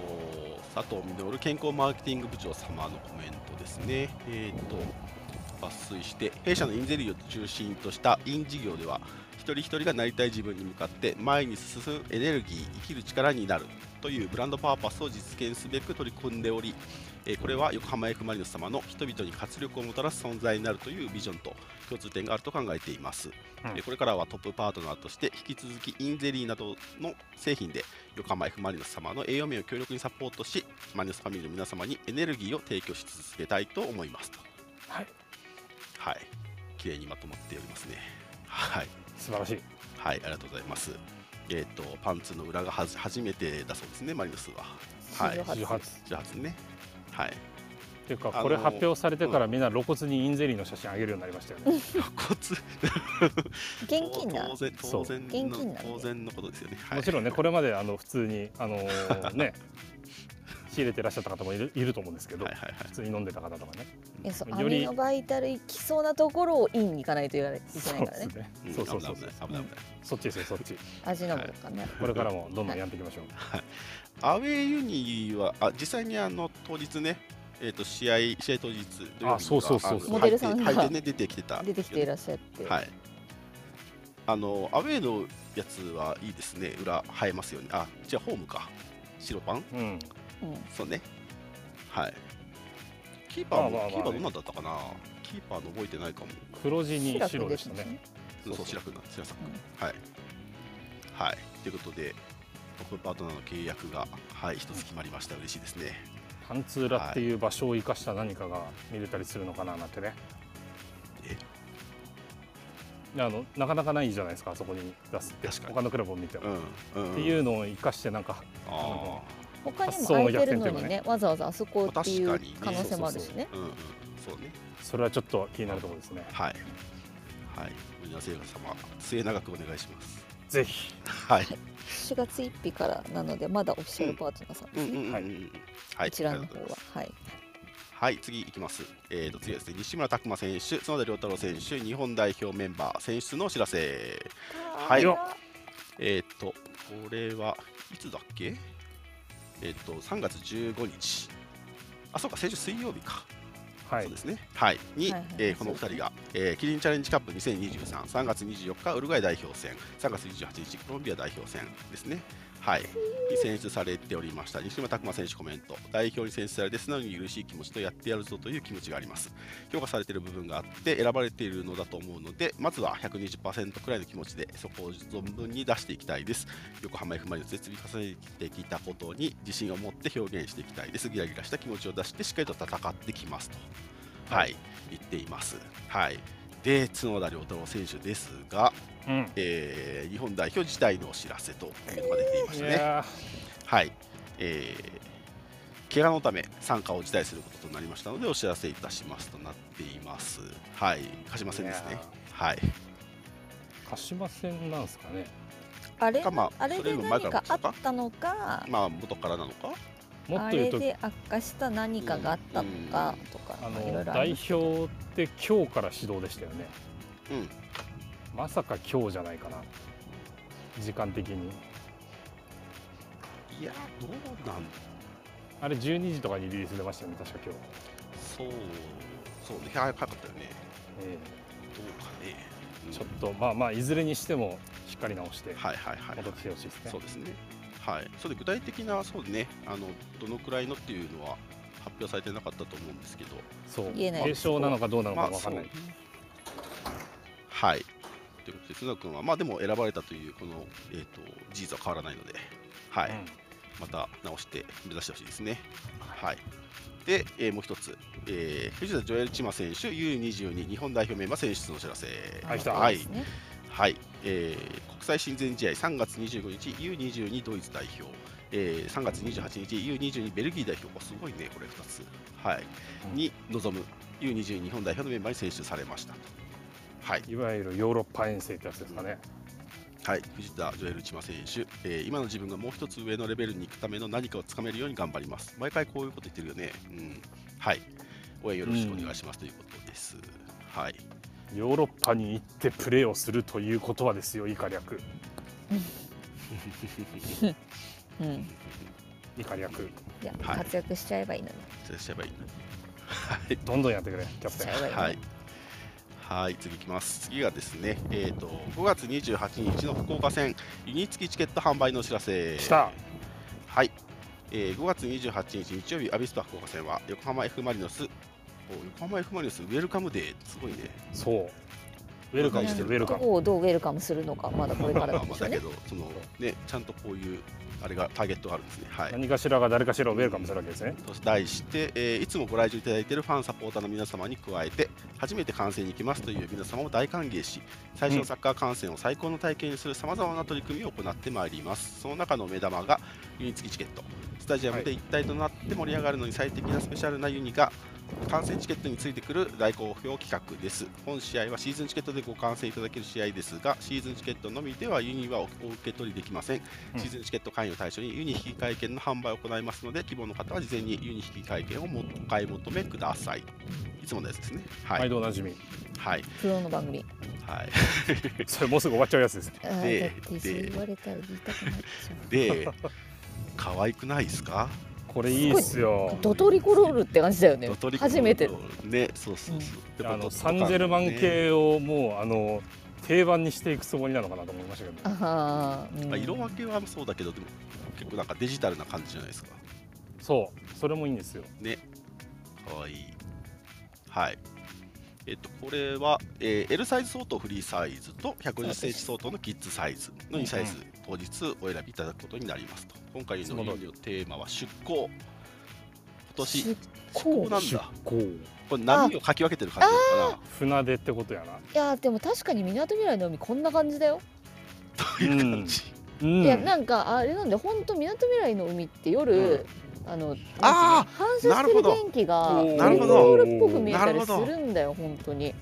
Speaker 2: 佐藤実健康マーケティング部長様のコメントですね。えっ、と、抜粋して、弊社のインゼリーを中心としたイン事業では、一人一人がなりたい自分に向かって前に進むエネルギー、生きる力になるというブランドパーパスを実現すべく取り組んでおり、えーこれは横浜 F ・マリノス様の人々に活力をもたらす存在になるというビジョンと共通点があると考えています、
Speaker 1: うん
Speaker 2: えーこれからはトップパートナーとして引き続きインゼリーなどの製品で横浜 F ・マリノス様の栄養面を強力にサポートしマリノスファミリーの皆様にエネルギーを提供し続けたいと思いますと
Speaker 1: はい
Speaker 2: はい綺麗にまとまっておりますねはい
Speaker 1: 素晴らしい。
Speaker 2: はいありがとうございますえっ、とパンツの裏がはじ初めてだそうですねマリノスははい
Speaker 4: 史上
Speaker 1: 18
Speaker 4: 初
Speaker 1: っ
Speaker 2: じゃあ初ね はい
Speaker 1: ていうか
Speaker 2: あのー
Speaker 1: これ発表されてからみんな露骨にインゼリーの写真あげるようになりましたよね。
Speaker 2: 露骨
Speaker 4: 現金 な
Speaker 2: 当然
Speaker 1: そう
Speaker 2: 当然
Speaker 4: 現金なん
Speaker 2: の
Speaker 4: で
Speaker 2: 当然のことですよね、はい、
Speaker 1: もちろんねこれまであの普通にあのーね仕入れてらっしゃった方もいるいると思うんですけど、
Speaker 2: はいはいはい
Speaker 1: 普通に飲んでた方とかね。
Speaker 4: えそうア
Speaker 1: より
Speaker 4: ミノバイタル行きそうなところをインに行かないといけないいけないからね
Speaker 1: ね
Speaker 2: うん
Speaker 1: そうそうそう
Speaker 2: 危
Speaker 1: そう
Speaker 2: ない。危ない危ない危ない
Speaker 1: そっちですよそっち。
Speaker 4: 味の素かね、
Speaker 1: これからもどんどんやっていきましょう。
Speaker 2: アウェーユニはあ実際にあの当日ねえっ、と試合試合当日土曜日
Speaker 1: あそうそうそう
Speaker 2: あの
Speaker 1: そう
Speaker 4: モデルさん
Speaker 2: 履
Speaker 4: が
Speaker 2: いて履いてね出てきてた
Speaker 4: 出てきていらっしゃって、
Speaker 2: はい。あのアウェーのやつはいいですね。裏生えますよね。あ、じゃあホームか。白パン。
Speaker 1: うん。
Speaker 4: うん、
Speaker 2: そうね。はい。キーパーも、
Speaker 1: まあまあまあ
Speaker 2: キーパーどんなんだったかな。キーパーの覚えてないかも。
Speaker 1: 黒地に
Speaker 4: 白
Speaker 1: 白
Speaker 4: く
Speaker 1: で
Speaker 4: で
Speaker 1: し
Speaker 4: す
Speaker 1: た
Speaker 4: ね
Speaker 1: ね。
Speaker 2: そうそう、白くな、白さん。はい。はい。ということで。トップパートナーの契約が、はい、一つ決まりました。嬉しいですね。
Speaker 1: パンツ裏っていう場所を生かした何かが見れたりするのかななんてね。
Speaker 2: え
Speaker 1: いやあのなかなかないじゃないですかあそこに出すって
Speaker 2: 確かに
Speaker 1: 他のクラブを見て
Speaker 2: う
Speaker 1: も。
Speaker 2: ん。うん。。
Speaker 1: っていううのを生かしてなんか
Speaker 2: あ
Speaker 4: 他に
Speaker 1: 発
Speaker 4: も
Speaker 1: 想の
Speaker 4: 空いて
Speaker 1: 逆
Speaker 4: る
Speaker 1: 転
Speaker 4: の
Speaker 1: という
Speaker 4: に
Speaker 1: か
Speaker 4: ね
Speaker 1: ね
Speaker 4: わざわざあそこってい
Speaker 2: まあ
Speaker 4: う
Speaker 2: 確かにね
Speaker 4: 可能性もあるしね
Speaker 2: あ。うんうん。そうね。
Speaker 1: それはちょっと気になるところですね。
Speaker 2: はい。はい。森田聖華様、末永くお願いします。
Speaker 1: ぜひ
Speaker 2: はい。
Speaker 4: 4月1日からなのでまだオフィシャルパートナーさん
Speaker 2: う
Speaker 4: で
Speaker 2: ん
Speaker 4: す
Speaker 2: うん
Speaker 4: ね、
Speaker 2: うんうん
Speaker 1: は
Speaker 2: はいい、
Speaker 4: 一覧の
Speaker 2: あ
Speaker 4: 方
Speaker 2: りがとうございます
Speaker 4: ははい
Speaker 2: はい、次いきます。えー、と次はですね、西村拓磨選手、角田亮太郎選手、日本代表メンバー選出のお知らせ。はい
Speaker 1: よ
Speaker 2: えっ、と、これはいつだっけえっ、と、3月15日。あ、そうか、先週水曜日か。
Speaker 1: は
Speaker 2: そう
Speaker 1: い
Speaker 2: ですね。はい。に、
Speaker 4: はいはい
Speaker 2: えーこのお
Speaker 4: そ
Speaker 2: 二
Speaker 4: うです
Speaker 2: 人が、
Speaker 4: ね
Speaker 2: えーキリンチャレンジカップ2023、3月24日、ウルグアイ代表戦、3月28日、コロンビア代表戦ですね。はい。に選出されておりました。西村拓磨選手コメント。代表に選出されて、素直に嬉しい気持ちとやってやるぞという気持ちがあります。評価されている部分があって、選ばれているのだと思うので、まずは120%くらいの気持ちで、そこを存分に出していきたいです。横浜 F ・マリノスで積み重ねてきたことに自信を持って表現していきたいです。ギラギラした気持ちを出して、しっかりと戦ってきますと。はい、言っています。はい、で、角田亮太郎選手ですが、
Speaker 1: うん。
Speaker 2: えー日本代表自体のお知らせというのが出ていまし
Speaker 1: い
Speaker 2: たね。
Speaker 1: や
Speaker 2: はい、えー怪我のため参加を辞退することとなりましたのでお知らせいたしますとなっていますはい鹿島戦です
Speaker 1: い
Speaker 2: ね
Speaker 1: や
Speaker 2: はい
Speaker 1: 鹿島戦なんですかね
Speaker 4: あれ
Speaker 2: かまあ
Speaker 4: あれ
Speaker 2: それよ
Speaker 4: で
Speaker 2: りも前
Speaker 4: 何
Speaker 2: から
Speaker 4: かあ
Speaker 2: か
Speaker 4: ったのか、
Speaker 2: まあ元からなのか
Speaker 1: もっ
Speaker 4: あ
Speaker 1: と言
Speaker 4: れ
Speaker 1: うと
Speaker 4: で悪化した何かがあったのかとか、
Speaker 1: あ
Speaker 4: まあいろ
Speaker 1: の
Speaker 4: いろあ
Speaker 1: 代
Speaker 4: ります
Speaker 1: 表って今日から始動でしたよね
Speaker 2: うん
Speaker 1: まさか今日じゃないかな時間的に
Speaker 2: いやどうなん
Speaker 1: あれ12時とかにリリース出ましたよね確か今日、
Speaker 2: そうそうね早かったよね
Speaker 1: え
Speaker 2: どうかね、う
Speaker 1: え
Speaker 2: ん
Speaker 1: ちょっとまあまあいずれにしてもしっかり直して
Speaker 2: はいはいはい
Speaker 1: 戻ってきてほしいですね
Speaker 2: そうですね。はい。それで具体的なそうね、あのどのくらいのっていうのは発表されてなかったと思うんですけど、
Speaker 1: そう
Speaker 4: 言えない
Speaker 1: 軽症なのかどうなのか
Speaker 2: まあ
Speaker 1: 分かんない、
Speaker 2: そうはい。ということで、須田君はまあでも選ばれたというこのえっ、と事実は変わらないので、はい。
Speaker 1: うん
Speaker 2: また直して目指してほしいですね。はい。で、えーもう一つ、えー藤田ジョエル・チマ選手 U22 日本代表メンバー選出のお知らせ。
Speaker 1: はい来た
Speaker 2: はい
Speaker 4: で。すね
Speaker 2: はい、えー国際親善試合3月25日 U22 ドイツ代表、えー3月28日 U22 ベルギー代表おすごいねこれ2つ、はい、
Speaker 1: うん
Speaker 2: に臨む U22 日本代表のメンバーに選出されましたとはい、
Speaker 1: いわゆるヨーロッパ遠征ってやつですかね、
Speaker 2: はい、藤田ジョエル・チマ選手、えー今の自分がもう一つ上のレベルに行くための何かをつかめるように頑張ります毎回こういうこと言ってるよね、うん、はい応援よろしくお願いしますということです、はい
Speaker 1: ヨーロッパに行ってプレーをするということはですよイカ略
Speaker 4: うん、
Speaker 1: イカ略
Speaker 4: いや、
Speaker 2: はい
Speaker 4: 活躍しちゃえばいいのに
Speaker 2: 失礼しちゃえばいいな
Speaker 1: どんどんやってくれキャ
Speaker 4: し
Speaker 1: プ
Speaker 4: ち
Speaker 1: テ
Speaker 4: ゃえばいいのに、
Speaker 2: はい。はい、次いきます。次がですね、えっ、と5月28日の福岡戦ユニ付きチケット販売のお知らせ。
Speaker 1: ン来た
Speaker 2: はい。えー5月28日日曜日アビスパ福岡戦は横浜 F マリノス。お横浜 F マリノスウェルカムデーすごいね。
Speaker 1: そうウェルカムしてるウェル
Speaker 4: ど
Speaker 1: カム
Speaker 4: こをどうウェルカムするのかまだこれから
Speaker 2: まあ
Speaker 4: なんで
Speaker 2: まあ
Speaker 4: しょ
Speaker 2: だ
Speaker 4: う
Speaker 2: け
Speaker 4: ね。
Speaker 2: どそのねちゃんとこういうあれがターゲットがあるんですね。はい。
Speaker 1: 何かしらが誰かしらをウェルカムするわけですね
Speaker 2: と題して、えーいつもご来場いただいているファンサポーターの皆様に加えて初めて観戦に行きますという皆様を大歓迎し最初のサッカー観戦を最高の体験にするさまざまな取り組みを行ってまいりますその中の目玉がユニ付きチケットスタジアムで一体となって盛り上がるのに最適なスペシャルなユニが観戦チケットについてくる大好評企画です本試合はシーズンチケットでご観戦いただける試合ですがシーズンチケットのみではユニはおお受け取りできません
Speaker 1: うん
Speaker 2: シーズンチケット会員を対象にユニ引換券の販売を行いますので希望の方は事前にユニ引換券をもお買い求めくださいいつものやつですねは
Speaker 1: 毎
Speaker 2: い
Speaker 1: 度おなじみ
Speaker 2: はい
Speaker 4: プロの番組。
Speaker 2: はい
Speaker 1: それもうすぐ終わっちゃうやつですね
Speaker 4: あーだ
Speaker 2: で
Speaker 4: ってそう言われたら言いたくなっちゃう。
Speaker 2: で可愛くないですか
Speaker 1: これいいっすよ
Speaker 4: ドトリコロールって感じだよね
Speaker 2: ドトリ。コ
Speaker 4: 初めて。
Speaker 2: ねそうそうそう、でも
Speaker 1: あ
Speaker 2: ド
Speaker 1: の
Speaker 2: ト
Speaker 1: サンジェルマン
Speaker 2: ね
Speaker 1: 系をもうあの定番にしていくつもりなのかなと思いましたけど、
Speaker 4: あ
Speaker 1: ね、
Speaker 4: はー、
Speaker 2: まあ、色
Speaker 4: うん
Speaker 2: 分けはそうだけどでも結構なんかデジタルな感じじゃないですか
Speaker 1: そうそれもいいんですよ
Speaker 2: かわいいはいえっとこれは、えー L サイズ相当フリーサイズと1 5 0センチ相当のキッズサイズの2サイズ当日お選びいただくことになりますと今回の料理のテーマは出向今年
Speaker 4: 出
Speaker 2: 出
Speaker 4: 向
Speaker 2: 向なん
Speaker 1: 出
Speaker 2: だ
Speaker 1: 向
Speaker 2: これ波をかき分けてる感じなのか
Speaker 1: 船出ってことやない
Speaker 4: やーでも確かに港未来の海こんな感じだよ。
Speaker 2: なという感じ、
Speaker 1: うん
Speaker 4: いやなんかあれなんで本当港未来の海って夜、あの
Speaker 2: あ
Speaker 4: なんていうの
Speaker 2: な
Speaker 4: 反
Speaker 2: るほ
Speaker 4: 射する
Speaker 2: ど
Speaker 4: 電気が
Speaker 1: おー
Speaker 2: なるほど
Speaker 4: オールっぽく見えた
Speaker 2: なる
Speaker 4: り
Speaker 2: ほ
Speaker 4: す
Speaker 2: ど
Speaker 4: るんだよ本当に。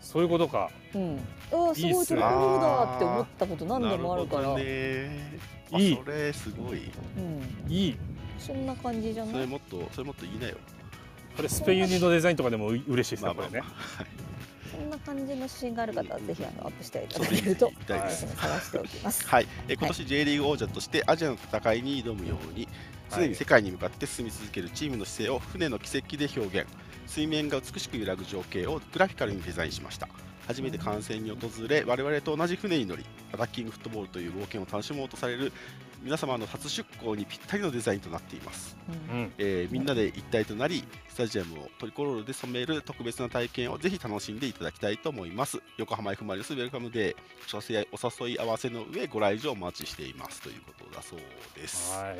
Speaker 1: そういうことか
Speaker 4: うん。ああす
Speaker 1: いい
Speaker 4: ご
Speaker 1: っ
Speaker 4: い
Speaker 1: す
Speaker 4: ト
Speaker 1: ね
Speaker 4: リコロールだって思ったこと何
Speaker 2: な
Speaker 4: 度
Speaker 2: る
Speaker 4: もあ
Speaker 2: ほ
Speaker 4: るから。
Speaker 2: どねあ
Speaker 1: いい
Speaker 2: それすごい
Speaker 4: うん。
Speaker 1: いい
Speaker 4: そんな感じじゃ
Speaker 2: そ
Speaker 4: な
Speaker 2: れ
Speaker 4: い。
Speaker 2: もっとそれもっといいなよ
Speaker 1: これスペインユニのデザインとかでもう嬉しいですね
Speaker 2: まあ
Speaker 1: こ
Speaker 2: まあ
Speaker 1: れね
Speaker 2: まあ
Speaker 4: そんな感じのシーンがある方はぜひあのアップしていただ
Speaker 2: そうで
Speaker 4: け
Speaker 2: す
Speaker 4: ると
Speaker 2: 行きたいです
Speaker 4: 私も探しておきます。
Speaker 2: はい、えー今年 J リーグ王者としてアジアの戦いに挑むように
Speaker 1: はい
Speaker 2: 常に世界に向かって進み続けるチームの姿勢を船の軌跡で表現水面が美しく揺らぐ情景をグラフィカルにデザインしました初めて観戦に訪れ我々と同じ船に乗りアタッキングフットボールという冒険を楽しもうとされる皆様の初出港にぴったりのデザインとなっています、
Speaker 4: うん
Speaker 1: うん
Speaker 2: えーみんなで一体となりスタジアムをトリコロールで染める特別な体験をぜひ楽しんでいただきたいと思います横浜 F ・マリノスウェルカムデーお誘いお誘い合わせの上ご来場お待ちしていますということだそうです
Speaker 1: はいい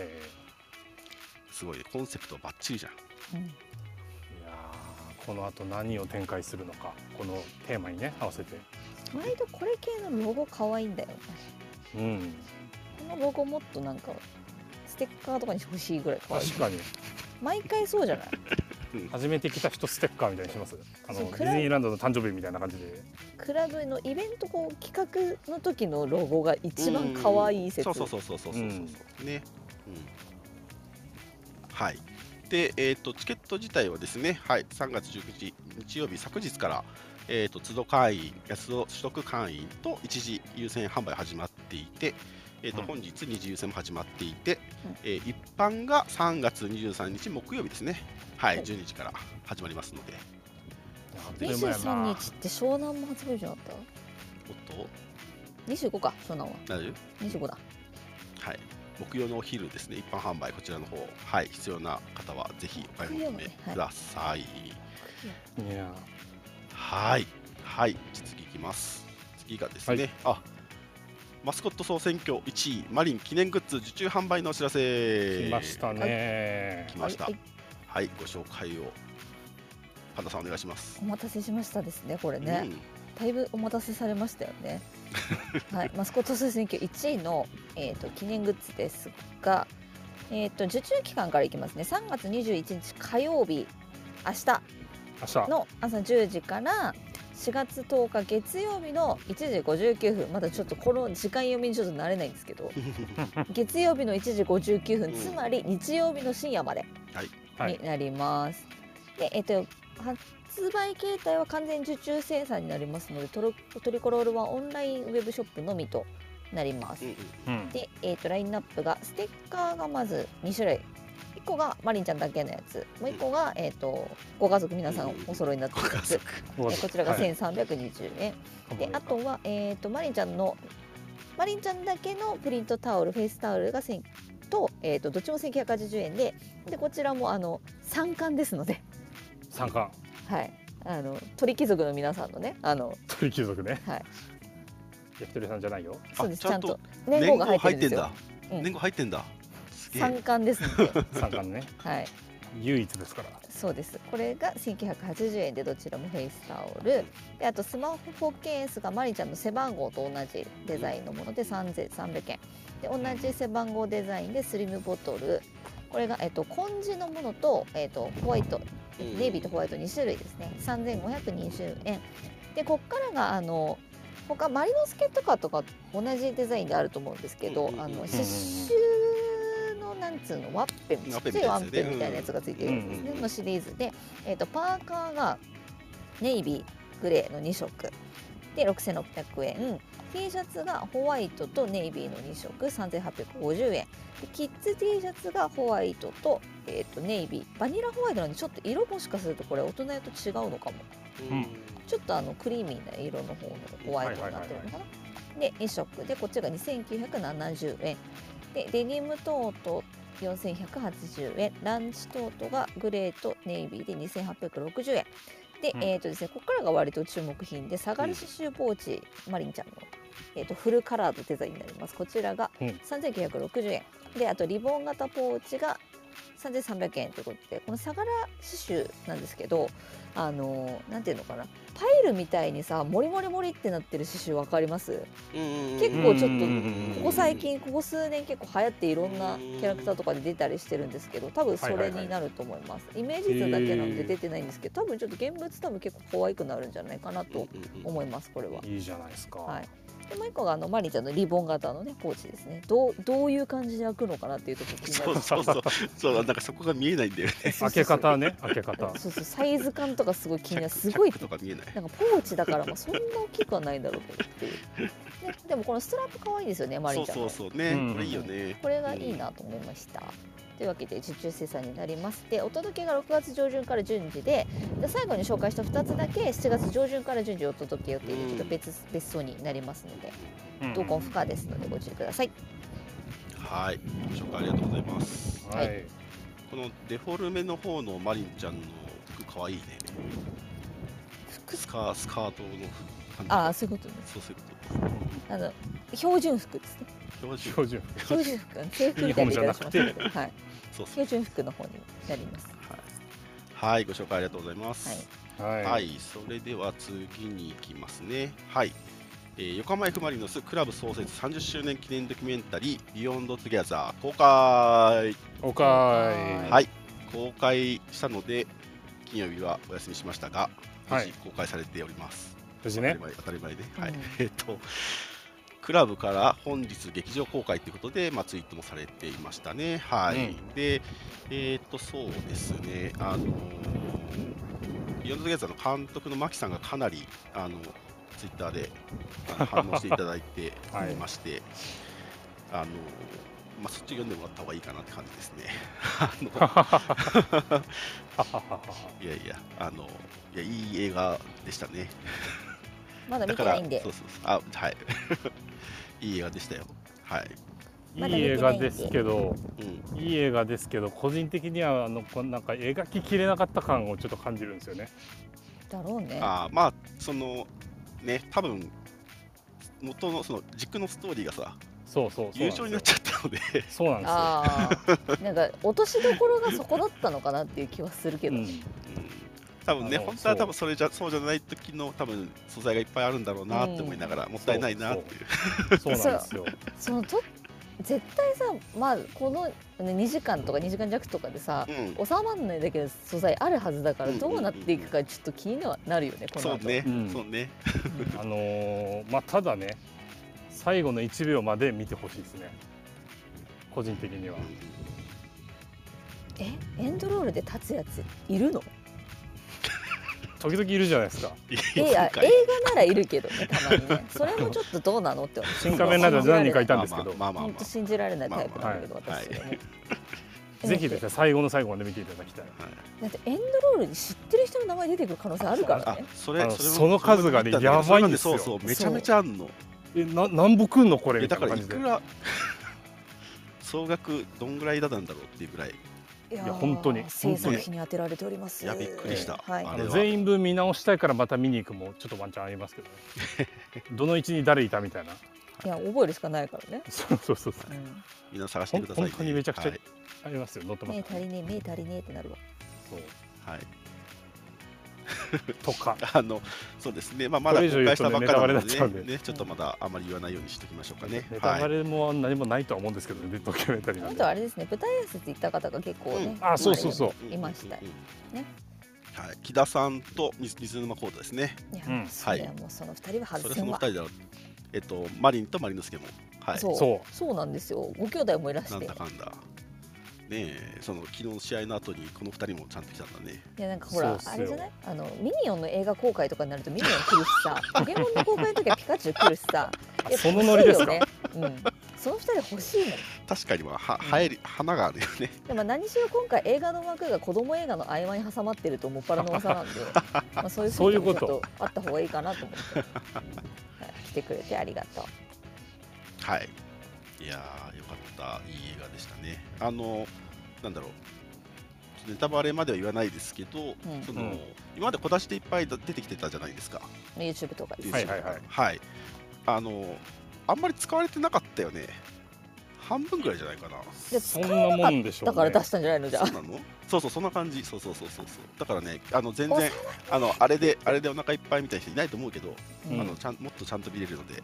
Speaker 2: すごいねコンセプトバッチリじゃん
Speaker 4: うん
Speaker 1: やーこの後何を展開するのかこのテーマにね合わせて
Speaker 4: 毎度これ系のロゴ可愛いんだよ。
Speaker 1: うん
Speaker 4: このロゴもっとなんか素テッカーとかに欲しいぐらい可愛い
Speaker 1: 確かに
Speaker 4: 毎回そ うじゃない
Speaker 1: 初めて来た人ステッカーみたいにしますあの
Speaker 4: そう
Speaker 1: ディ
Speaker 4: 暗い
Speaker 1: ズニーランドの誕生日みたいな感じで
Speaker 4: クラブのイベントこう企画の時のロゴが一番可愛い説
Speaker 2: そうそうそうそうそうそうそうそうね、うん、はいで、えー、とチケット自体はですね、はい、3月19日日曜日昨日から、えー、と都度会員や都度取得会員と一時優先販売始まっていて、えーと
Speaker 1: うん
Speaker 2: 本日二次優先も始まっていて、
Speaker 4: うん
Speaker 2: えー一般が3月23日木曜日ですねはい
Speaker 4: はい
Speaker 2: 12時から始まりますので
Speaker 1: あっという間や
Speaker 4: 23
Speaker 1: な
Speaker 4: 日って湘南も発売じゃなかっ
Speaker 2: おっと
Speaker 4: た25か湘南は
Speaker 2: 大丈夫
Speaker 4: 25だ
Speaker 2: はい、木曜のお昼ですね、一般販売、こちらの方、はい、必要な方はぜひお買い求めください。
Speaker 1: いや
Speaker 2: はい、はい、じゃあ次いきます。次がですね、あマスコット総選挙1位、マリン記念グッズ受注販売のお知らせ。
Speaker 1: 来ましたね
Speaker 2: 来ました
Speaker 4: はい。
Speaker 2: はい、ご紹介を。パンダさんお願いします
Speaker 4: お。待たせしましたですねこれね、
Speaker 2: うん
Speaker 4: だいぶお待たせされましたよねはいマスコット総選挙1位の、えー、と記念グッズですが、えー、と受注期間からいきますね3月21日火曜日明日
Speaker 1: 明日
Speaker 4: の朝10時から4月10日月曜日の1時59分まだちょっとこの時間読みにちょっと慣れないんですけど月曜日の1時59分つまり日曜日の深夜まで
Speaker 1: はい
Speaker 4: になります。でえっと発売形態は完全受注生産になりますのでトロトリコロールはオンラインウェブショップのみとなります
Speaker 2: うん。うん
Speaker 1: うん
Speaker 4: で、えー、とラインナップがステッカーがまず2種類1個がマリンちゃんだけのやつもう1個が、えー、とご家族 皆さんお揃いになってる
Speaker 2: ご
Speaker 4: や
Speaker 2: 家
Speaker 4: つ
Speaker 2: 族
Speaker 1: ご
Speaker 4: え
Speaker 1: めん
Speaker 4: こちらが
Speaker 1: はい
Speaker 4: 1320円、であとは、えー、とマリンちゃんのマリンちゃんだけのプリントタオルフェイスタオルが1000と,、えー、とどっちも1980円ででこちらもあの3巻ですので、
Speaker 1: 参加
Speaker 4: はい、あの鳥貴族の皆さんのねあの
Speaker 1: 鳥貴族ね
Speaker 4: はい
Speaker 1: 焼き鳥さんじゃないよ
Speaker 4: そうです
Speaker 2: あ
Speaker 4: ち
Speaker 2: ちゃ
Speaker 4: ゃ
Speaker 2: ん
Speaker 4: ん
Speaker 2: と
Speaker 4: と年号が入ってるんです
Speaker 2: 年号
Speaker 4: よ
Speaker 2: 入ってん
Speaker 4: う
Speaker 2: だ。年号
Speaker 4: ん
Speaker 2: 入ってんだ。すげ
Speaker 4: 3
Speaker 2: え。
Speaker 4: 巻ですので、
Speaker 1: 参加ね
Speaker 4: はい、
Speaker 1: 唯一ですから
Speaker 4: そうですこれが1980円でどちらもフェイスタオルであとスマホケースがマリちゃんの背番号と同じデザインのもので3300円で同じ背番号デザインでスリムボトルこれが、えっと、紺地のものと,、えっと、ホワイト
Speaker 2: うん
Speaker 4: ネイビーとホワイト2種類ですね3520円でこっからがあの他マリノスケとかとか同じデザインであると思うんですけど
Speaker 2: うんうんうん
Speaker 4: あの
Speaker 2: うん
Speaker 4: 刺繍のなんつうのワッペンちっちゃいワッペンみたいなやつがついてるんですね、
Speaker 2: うんうん
Speaker 4: のシリーズで、えー、とパーカーがネイビーグレーの2色で6600円 T シャツがホワイトとネイビーの2色3850円でキッズ T シャツがホワイトと,、えー、とネイビーバニラホワイトなんでちょっと色もしかするとこれ大人用と違うのかも
Speaker 1: うん
Speaker 4: ちょっとあのクリーミーな色の方のホワイトになってるのかな。で2色でこっちが2970円でデニムトート4180円ランチトートがグレーとネイビーで2860円で、
Speaker 1: うん
Speaker 4: えっ、とですねここからが割と注目品で下がり刺繍ポーチ、マリンちゃんの、えー、とフルカラーのデザインになりますこちらが
Speaker 1: うん
Speaker 4: 3960円であとリボン型ポーチが3300円ということでこの相良刺繍なんですけどあのなんていうのかなパイルみたいにさモリモリモリってなってる刺繍わかります結構ちょっとここ最近ここ数年結構流行っていろんなキャラクターとかで出たりしてるんですけど多分それになると思います、イメージ図だけなので出てないんですけど多分ちょっと現物多分結構可愛くなるんじゃないかなと思いますこれは。
Speaker 1: いいじゃないですか
Speaker 4: はいでもう一個があのマリちゃんのリボン型のねポーチですねどうどういう感じで開くのかなっていうところ気にな
Speaker 2: そう
Speaker 4: る
Speaker 2: そうそう、そうなんかそこが見えないんだよね。
Speaker 1: 開け方ね開け方
Speaker 4: そうそうサイズ感とかすごい気になる
Speaker 2: 着
Speaker 4: すごい
Speaker 2: 着とか見えない。
Speaker 4: なんかポーチだからまあそんな大きくはないんだろうけどっていう、ね、でもこのストラップ可愛いですよねマ
Speaker 2: そ
Speaker 4: リ
Speaker 2: う
Speaker 4: ちゃん
Speaker 2: そ
Speaker 4: の
Speaker 2: うそうね、
Speaker 1: うん
Speaker 2: これいいよね。
Speaker 4: これがいいなと思いました、というわけで受注生産になりますでお届けが6月上旬から順次でで最後に紹介した2つだけ7月上旬から順次お届け予定でちょっと別,、別荘になりますので同梱不可ですのでご注意ください
Speaker 2: はい、ご紹介ありがとうございます。
Speaker 1: は
Speaker 4: はい
Speaker 2: このデフォルメの方のマリンちゃんの服可愛いね。スカスカートの服。
Speaker 4: ああそういうことね
Speaker 2: そうそういう
Speaker 4: あの標準服です ね
Speaker 2: こと。表情。
Speaker 1: 標準
Speaker 4: 標準服制服みたいな言い方しましたけど、はい、
Speaker 2: そうそう。
Speaker 4: 標準服の方になります
Speaker 2: はい、はい、ご紹介ありがとうございます。
Speaker 4: はい
Speaker 1: はい
Speaker 2: はい、それでは次に行きますね。はい。えー横浜 F ・マリノスクラブ創設30周年記念ドキュメンタリー「ビヨンド・トゥ・ギャザー」公開
Speaker 1: おかーい
Speaker 2: はい公開したので金曜日はお休みしましたが無
Speaker 1: はい
Speaker 2: 事公開されております、
Speaker 1: 無事
Speaker 2: 当た
Speaker 1: ね
Speaker 2: り前当たり前で、はい
Speaker 4: うん
Speaker 2: えっとクラブから本日劇場公開ということで、まあ、ツイートもされていましたねはい、
Speaker 1: うん
Speaker 2: でえっとそうですねあのービヨンド・トゥ・ギャザーの監督の牧さんがかなりあのツイッターであの反応していただい て
Speaker 1: はい
Speaker 2: いまして、あのまあ、そっち読んでもらった方がいいかなって感じですね。 あの いやいや、あの、いや、いい映画でしたね。
Speaker 4: まだ
Speaker 2: だ
Speaker 4: 見
Speaker 2: か
Speaker 4: て
Speaker 2: ら、
Speaker 4: な
Speaker 2: そ
Speaker 4: いん
Speaker 2: う
Speaker 4: で
Speaker 2: そうそう、あ、はい。 いい映画でしたよ。はい。
Speaker 1: いい映画ですけど
Speaker 2: うん、
Speaker 1: いい映画ですけど個人的にはあのこうなんか描ききれなかった感をちょっと感じるんですよね
Speaker 4: だろうね
Speaker 2: あー、まあ、その、ね、多分。元のその軸のストーリーがさ、
Speaker 1: そうそうそう
Speaker 2: 優勝になっちゃったので。
Speaker 1: そうなんですよ
Speaker 4: あーなんか落としどころがそこだったのかなっていう気はするけど、
Speaker 1: うん
Speaker 2: うん多分ね、
Speaker 1: あの
Speaker 2: 本当
Speaker 1: そ
Speaker 2: は
Speaker 1: う
Speaker 2: 多分それじゃそうじゃない時の多分素材がいっぱいあるんだろうなって思いながら、もったいないなっていう。
Speaker 1: そうなんですよ
Speaker 4: そのと絶対さまあこの2時間とか2時間弱とかでさ
Speaker 2: うん、
Speaker 4: 収まんないだけの素材あるはずだから
Speaker 2: うん
Speaker 4: どうなっていくかちょっと気にはなるよねこの
Speaker 2: そう
Speaker 4: 後
Speaker 2: ね、
Speaker 1: うん
Speaker 2: そうね。
Speaker 1: あのーまあただね最後の1秒まで見てほしいですね個人 的には
Speaker 4: えエンドロールで立つやついるの
Speaker 1: 時々いるじゃないですか
Speaker 4: いや
Speaker 2: 今
Speaker 4: 映
Speaker 2: 回
Speaker 4: 画ならいるけどねたま にねそれもちょっとどうなのって
Speaker 1: 新仮面ラジオで何人かいたんですけど、
Speaker 2: まあまあまあ
Speaker 4: 本
Speaker 2: ま
Speaker 4: 当信じられないタイプなんだけど、
Speaker 2: まあまあ
Speaker 4: 私はね、
Speaker 1: ぜひです
Speaker 4: だ
Speaker 1: ね最後の最後まで見ていただきたい
Speaker 2: あはい
Speaker 4: ってエンドロールに知ってる人の名前出てくる可能性あるから
Speaker 2: あ
Speaker 4: ね
Speaker 2: そ
Speaker 1: あ
Speaker 2: れ
Speaker 1: の
Speaker 2: れも
Speaker 1: その数がね
Speaker 2: それも
Speaker 1: やばいんですよ
Speaker 2: そうそうめちゃめちゃあんの
Speaker 1: えななんぼくんのこれみ
Speaker 2: いや
Speaker 1: た
Speaker 2: だ
Speaker 1: いな感
Speaker 2: からい
Speaker 1: じで
Speaker 2: くら 総額どんぐらいだったんだろうっていうぐらい
Speaker 4: いや
Speaker 1: いや本当に
Speaker 4: 制
Speaker 1: 本
Speaker 4: 作
Speaker 1: 当に
Speaker 4: 費に当てられております
Speaker 2: いやびっく
Speaker 1: りした
Speaker 4: はい
Speaker 2: あ
Speaker 1: あ
Speaker 2: れ
Speaker 1: の
Speaker 2: は
Speaker 1: 全員分見直したいからまた見に行くもちょっとワンチャンありますけどねどの位置に誰いたみたいない
Speaker 4: や覚えるしかないからね、
Speaker 1: そうそうそうそう
Speaker 4: うん
Speaker 2: みんな探してください、
Speaker 1: ほん
Speaker 2: ね、
Speaker 1: 本当にめちゃくちゃ
Speaker 2: はい、
Speaker 1: ありますよ載ってま
Speaker 4: 目
Speaker 1: す
Speaker 4: 足りねえ目足りねえってなるわ
Speaker 1: そう
Speaker 2: はい、
Speaker 1: とか
Speaker 2: あのそうですねまあまだ
Speaker 1: これ以上
Speaker 2: 公
Speaker 1: 言う
Speaker 2: 開
Speaker 1: と
Speaker 2: し
Speaker 1: ね
Speaker 2: たばっかりな
Speaker 1: ネ
Speaker 2: ので
Speaker 1: タバレになっちゃう
Speaker 2: ね
Speaker 1: んで
Speaker 2: ねちょっとまだあまり言わないようにしておきましょうかね
Speaker 1: ネタバ
Speaker 2: はい
Speaker 1: レも何もないとは思うんですけどね、ドキュメンタリーな
Speaker 4: あ
Speaker 1: ん
Speaker 4: とあ
Speaker 1: で
Speaker 4: れですね舞台挨拶行った方が結構ね、
Speaker 1: うんあそうそうそう
Speaker 4: いましたよね
Speaker 2: はい木田さんと水水沼コードですね
Speaker 4: いや、
Speaker 1: うん
Speaker 4: それはもうその二人は
Speaker 2: そ
Speaker 4: 外
Speaker 2: れ
Speaker 4: せ
Speaker 2: そ
Speaker 4: ん
Speaker 2: の二
Speaker 4: わ、
Speaker 2: 人だろうえっとマリンとマリノスケもはい
Speaker 4: そう
Speaker 1: そ
Speaker 4: そうなんですよご兄弟もいらし
Speaker 2: なん
Speaker 4: て
Speaker 2: だかんだ。ねえ、その昨日の試合の後にこの二人もちゃんと来たんだね。
Speaker 4: いやなんかほ
Speaker 1: そう
Speaker 4: ら
Speaker 1: っすよ
Speaker 4: あれじゃないあのミニオンの映画公開とかになるとミニオン来るしさポケモンの公開の時はピカチュウ来るしさ
Speaker 1: あ
Speaker 4: や
Speaker 1: そのノリですか
Speaker 4: 欲しいよねうん、その二人欲しいもん
Speaker 2: 確かにはは生える花があるよね。
Speaker 4: でも何しろ今回映画の枠が子供映画の合間に挟まってるともっぱらの噂 なんでまあそういう
Speaker 1: そういうこ
Speaker 4: こととちょっとあった方がいいかなと思って、はい、来てくれてありがとう
Speaker 2: はい。いやー、よかった。いい映画でしたね。あの、なんだろう。ちょっとネタバレまでは言わないですけど、
Speaker 4: うん
Speaker 2: その、
Speaker 1: うん
Speaker 2: 今まで小出しでいっぱい出てきてたじゃないですか。
Speaker 4: YouTube とかです、
Speaker 1: はいはいはい
Speaker 2: はい。あの、あんまり使われてなかったよね。半分ぐらいじゃないかな。
Speaker 1: う
Speaker 4: で
Speaker 1: そんなもんでしょうね
Speaker 4: だから出したんじゃないのじゃあ
Speaker 2: そうなのそうそうそんな感じそうそうそうそうそうだからねあの全然あのあれであれでお腹いっぱいみたいな人いないと思うけど、
Speaker 1: うん
Speaker 2: あのちゃんもっとちゃんと見れるので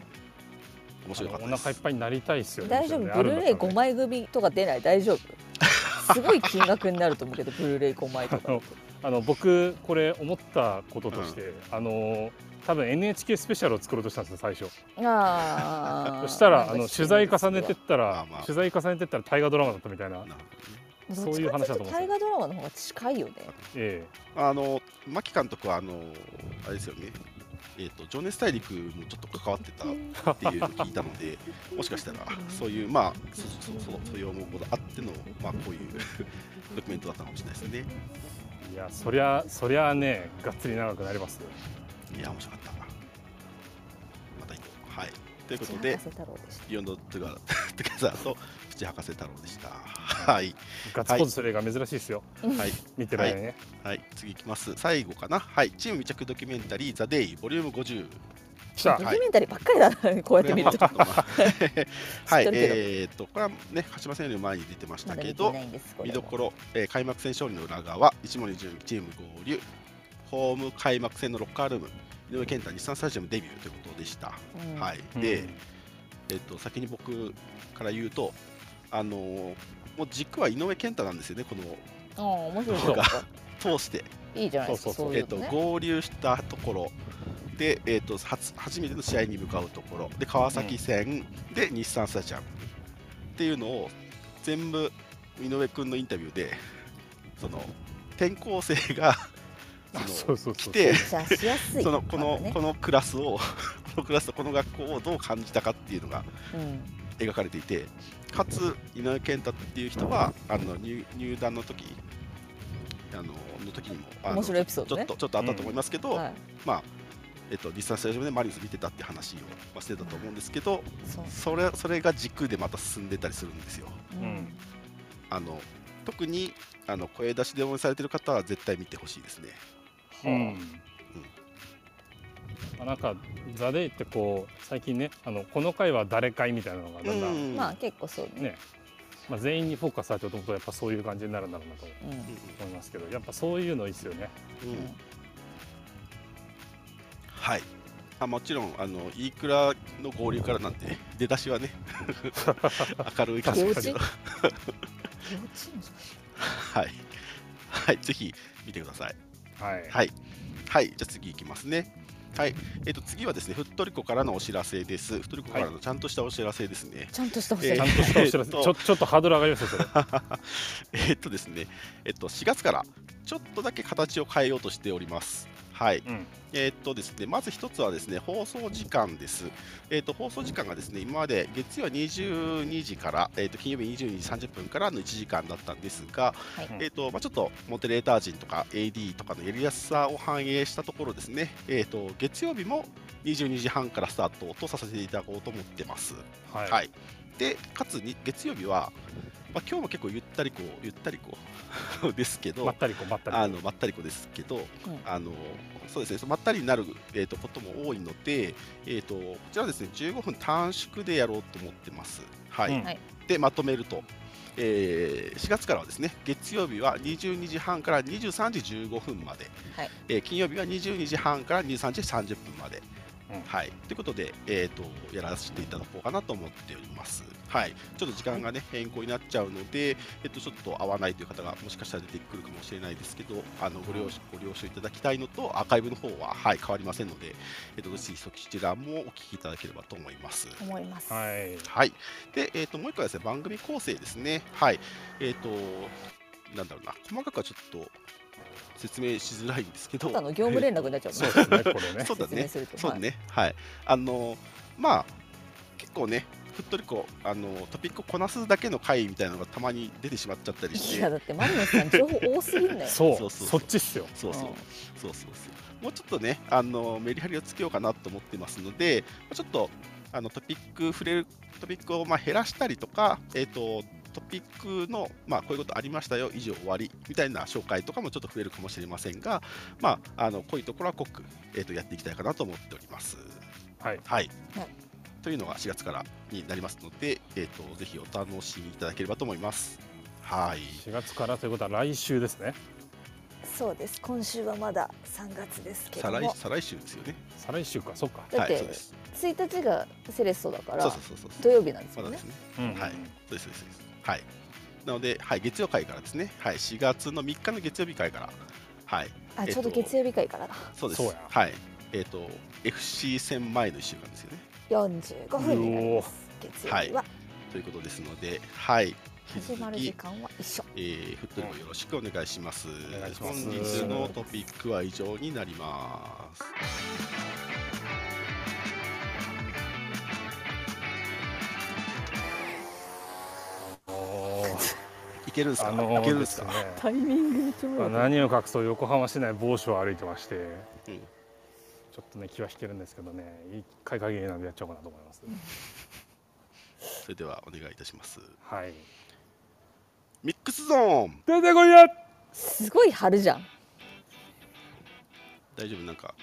Speaker 2: 面白かっ
Speaker 1: あ
Speaker 2: た
Speaker 1: の
Speaker 2: で
Speaker 1: お腹い
Speaker 2: す
Speaker 1: っぱいになりたいですよね
Speaker 4: 大丈夫、
Speaker 1: でもね
Speaker 4: ブルーレイ5
Speaker 1: ある
Speaker 4: 枚組とか出ない大丈夫すごい金額になると思うけどブルーレイ5枚とかだと
Speaker 1: のかねあの僕これ思ったこととして、あの多分 NHK スペシャルを作ろうとしたんですよ最初
Speaker 4: あ
Speaker 1: そしたらあの取材重ねてったら、
Speaker 2: あまあ
Speaker 1: 取材重ねてったら大河ドラマだったみたいな、
Speaker 2: なる
Speaker 1: そういう話だと思うんですよ
Speaker 4: 大河ドラマの方が 近いよね
Speaker 1: え
Speaker 2: ほどあの牧監督はあのあれですよねえー、と情熱大陸もちょっと関わってたっていうのを聞いたの でもしかしたらそういうまあそうそうそうそういう思いがあっての、まあ、こう いうドキュメントだったのかもしれないですね
Speaker 1: えいやそりゃそりゃねがっつり長くなりますよ
Speaker 2: いや面白かったまた行こうはいというこ
Speaker 4: 口
Speaker 2: と
Speaker 4: 博
Speaker 2: で
Speaker 4: 士太郎でした
Speaker 2: ビヨンドトゥ ガトゥギャザーとプチ博士太郎でした。はい、
Speaker 1: ガッツポーズする映画珍しいですよ、
Speaker 2: はい、
Speaker 1: 見てないね、
Speaker 2: はい、次いきます。最後かな。はい、チーム密着ドキュメンタリーザデイボリューム50。
Speaker 1: 来た
Speaker 4: ドキュメンタリーばっかりだな、こうやって見ると。
Speaker 2: これはまあちょっとまあはい
Speaker 4: 知、っとるけど
Speaker 2: えーっとこれはね鹿島戦より前に出てました
Speaker 4: まだ
Speaker 2: け
Speaker 4: 見て
Speaker 2: ど
Speaker 4: な、いんです、こ
Speaker 2: 見
Speaker 4: れ
Speaker 2: ど
Speaker 4: も。
Speaker 2: ころ、えー開幕戦勝利の裏側、一森純喜チーム合流、ホーム開幕戦のロッカールーム、井上健太日産スタジアムデビューということでした。
Speaker 4: うん
Speaker 2: はい、で、えっと、先に僕から言うと、あのーもう軸は井上健太なんですよね、この
Speaker 4: ああ面白いじゃないですか
Speaker 2: 通して、
Speaker 4: いいじゃないですか
Speaker 1: そう
Speaker 4: そ
Speaker 1: そうう
Speaker 4: い
Speaker 2: え
Speaker 4: う
Speaker 2: っと、
Speaker 4: のね
Speaker 2: 合流したところで、えっと初、初めての試合に向かうところ、で川崎戦、で日産スタジアムっていうのを、全部井上君のインタビューで、その転校生 が
Speaker 1: あ
Speaker 2: その
Speaker 1: そうそうそう
Speaker 2: 来
Speaker 1: そう
Speaker 2: て、
Speaker 4: じゃあしやすい
Speaker 2: そのこ
Speaker 4: ま
Speaker 2: の
Speaker 4: だね
Speaker 2: このクラスを このクラスとこの学校をどう感じたかっていうのが
Speaker 4: うん
Speaker 2: 描かれていてかつ井上健太っていう人はあの入入団の時あのの時にもあの
Speaker 4: 面白いエピソー
Speaker 2: ち
Speaker 4: ド
Speaker 2: ょっ
Speaker 4: ね
Speaker 2: とちょっとあったと思いますけど、
Speaker 4: はい
Speaker 2: まあえっと、日産スタジアムでマリノス見てたって話をまあしてたと思うんですけど
Speaker 4: そう
Speaker 2: それそれが軸でまた進んでたりするんですよ。
Speaker 4: うん
Speaker 2: あの特にあの声出しで応援されてる方は絶対見てほしいですね。
Speaker 1: うんまあなんか「ザ・デイ」ってこう最近ねあのこの回は誰かいみたいなのがだんだん、
Speaker 2: うん
Speaker 4: まあ結構そうね
Speaker 1: ねまあ、全員にフォーカスされてると思うとやっぱそういう感じになるんだろうなと
Speaker 4: うん
Speaker 2: う
Speaker 1: 思いますけどやっぱそういうのいいですよね。
Speaker 2: んうん
Speaker 4: うん
Speaker 2: はいあもちろんあの飯倉の合流からなんて出だしはね 明るい感じですけど、
Speaker 4: 幼稚園じ
Speaker 2: はいはい、ぜひ見てください。
Speaker 1: はい、
Speaker 2: はい、はい、じゃあ次いきますね。はい、えっ、と次はですね、ふっとりこからのお知らせです。ふっとりこからのちゃんとしたお知らせですね
Speaker 4: ゃ。ちゃんとしたほしい
Speaker 2: え
Speaker 1: ち
Speaker 2: ー
Speaker 1: ゃんとしたお知らせ、
Speaker 2: えっ
Speaker 1: ち
Speaker 2: と
Speaker 1: ょちょっとハードル上がりましたそれ。
Speaker 2: えっとですね、えっ、と4月からちょっとだけ形を変えようとしております。はい、
Speaker 1: うん
Speaker 2: えーっとですね、まず一つはですね放送時間です、えーっと放送時間がですね今まで月曜22時から、えーっと金曜日22時30分からの1時間だったんですが、
Speaker 4: はい
Speaker 2: えーっとまあ、ちょっとモデレーター陣とか AD とかのやりやすさを反映したところですね、えーっと月曜日も22時半からスタートとさせていただこうと思ってます。
Speaker 1: はい、
Speaker 2: はい、でかつに月曜日は、まあ、今日も結構ゆったりこうゆったりこう ですけど、
Speaker 1: まったりこまったりこ
Speaker 2: あのまったりこですけど、あのそうですねそうまったりになる、えー、とことも多いので、えー、とこちらはですね15分短縮でやろうと思ってます。はい
Speaker 1: うん
Speaker 4: はい
Speaker 2: でまとめると、えー4月からはですね月曜日は22時半から23時15分まで、
Speaker 4: はい
Speaker 2: えー金曜日は22時半から23時30分まで。
Speaker 1: うん
Speaker 2: はい、ということで、えー、とやらせていただこうかなと思っております。はい、ちょっと時間が、ね、変更になっちゃうので、えっと、ちょっと合わないという方がもしかしたら出てくるかもしれないですけど、あのご了承ご了承いただきたいのと、アーカイブの方は、はい、変わりませんので、えっと、ぜひそちらもお聞きいただければと思います。
Speaker 4: 思います
Speaker 1: はい、
Speaker 2: はい、で、えー、ともう一個はですね番組構成ですね、はいえー、となんだろうな、細かくはちょっと説明しづらいんですけど
Speaker 4: た、だの業務連絡になっちゃうもん
Speaker 1: そうですねこれね。
Speaker 2: そうだ
Speaker 4: 説明
Speaker 2: ね、
Speaker 4: すると
Speaker 2: そうだね、はい、あのまあ、結構ね、ふっとりこあのトピックをこなすだけの回みたいなのがたまに出てしまっちゃったり
Speaker 4: はい
Speaker 2: し
Speaker 4: い
Speaker 2: て
Speaker 4: や、だってマリノスさん情報多すぎんのよ
Speaker 1: そう
Speaker 2: そうそう
Speaker 1: そっちっすよ。
Speaker 2: そうそう
Speaker 4: うん
Speaker 2: そうそうそうもうちょっとねあのメリハリをつけようかなと思ってますのでまあちょっとあのトピック触れるトピックをまあ減らしたりとかえっ、とトピックの、まあ、こういうことありましたよ、以上終わりみたいな紹介とかもちょっと増えるかもしれませんが、まあ、あのこういうところは濃く、えー、とやっていきたいかなと思っております。
Speaker 1: はい
Speaker 2: はい、
Speaker 4: はい
Speaker 2: というのが4月からになりますので、えー、とぜひお楽しみいただければと思います。はい、
Speaker 1: 4月からということは来週ですね。
Speaker 4: そうです今週はまだ3月ですけど
Speaker 2: 再来
Speaker 4: も
Speaker 2: 再来週ですよね。
Speaker 1: 再来週かそうか。
Speaker 4: だっ
Speaker 2: はい、
Speaker 4: て
Speaker 2: そうです。
Speaker 4: 1日がセレッソだから
Speaker 2: そうそうそうそう。
Speaker 4: 土曜日なんです
Speaker 2: ま
Speaker 4: よ
Speaker 2: だで
Speaker 4: ね
Speaker 2: すね。
Speaker 1: うん
Speaker 2: はいそうです、そうですそうです。はい。なので、はい、月曜会からですね。はい、4月の3日の月曜日会から。はい、え
Speaker 4: あ
Speaker 2: っと
Speaker 4: ちょうど月曜日会からだ
Speaker 2: そうです。
Speaker 1: そうや
Speaker 2: はい。えっ、と、FC 戦前の1週間ですよね。
Speaker 4: 45分になります月曜日は
Speaker 2: ということですので、はい。引き
Speaker 4: 始ま
Speaker 2: 続
Speaker 4: る時
Speaker 2: き、
Speaker 4: 間は一緒
Speaker 2: えー、フットルもよろしくお願いします。
Speaker 1: お願いし
Speaker 2: 本
Speaker 1: ます
Speaker 2: 日のトピックは以上になります。
Speaker 1: おー
Speaker 2: いけるんですか、
Speaker 1: あの
Speaker 2: いけ
Speaker 1: ー
Speaker 2: るん
Speaker 1: で
Speaker 2: です
Speaker 1: す
Speaker 2: か
Speaker 1: ね。
Speaker 4: タイミングめっちゃ
Speaker 1: まあ
Speaker 4: 悪
Speaker 1: 何を隠そう横浜市内某所を歩いてまして、
Speaker 2: うん
Speaker 1: ちょっとね気は引けるんですけどね一回限りなんでやっちゃおうかなと思います、
Speaker 2: それではお願いいたします。
Speaker 1: はい
Speaker 2: ミックスゾーン
Speaker 1: 出てこいや
Speaker 4: すごい春じゃん
Speaker 2: 大丈夫なんか、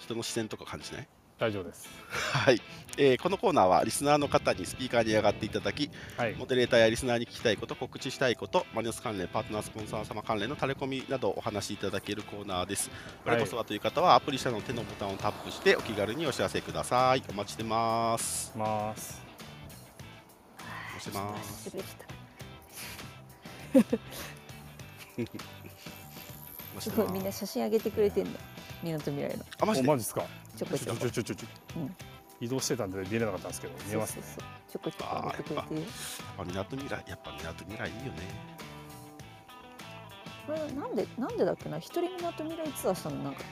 Speaker 2: 人の視線とか感じない
Speaker 1: 大丈夫です。
Speaker 2: はい、えーこのコーナーはリスナーの方にスピーカーに上がっていただき
Speaker 1: はい
Speaker 2: モデレーターやリスナーに聞きたいこと、告知したいこと、マニュス関連、パートナースポンサー様関連のタレコミなどをお話しいただけるコーナーです。これこそはという方は、アプリ下の手のボタンをタップして、お気軽にお知らせください。お待ちしてます。
Speaker 1: ます。
Speaker 2: お待ちしてます。
Speaker 4: 滑った
Speaker 2: お待ちし
Speaker 4: す
Speaker 2: て
Speaker 4: ご
Speaker 2: ま
Speaker 4: い
Speaker 2: す
Speaker 4: みんな写真上げてくれてんのみんなと見られるの
Speaker 2: あ、マジ
Speaker 1: お
Speaker 2: で
Speaker 1: マジですか。
Speaker 4: ちょこち
Speaker 1: ち
Speaker 4: ょ
Speaker 1: ょち
Speaker 4: こ
Speaker 1: ょちょちょちょ。
Speaker 4: うん
Speaker 1: 移動してたんで見れなかったんですけど見え
Speaker 4: そう
Speaker 1: ます
Speaker 4: そうそうちょこちょこ上げてくれてる
Speaker 2: あ、みなとみらい、やっぱみなとみらいいいよね。
Speaker 4: これなんでなんでだっけな一人みなとみらいツアーしたのなんか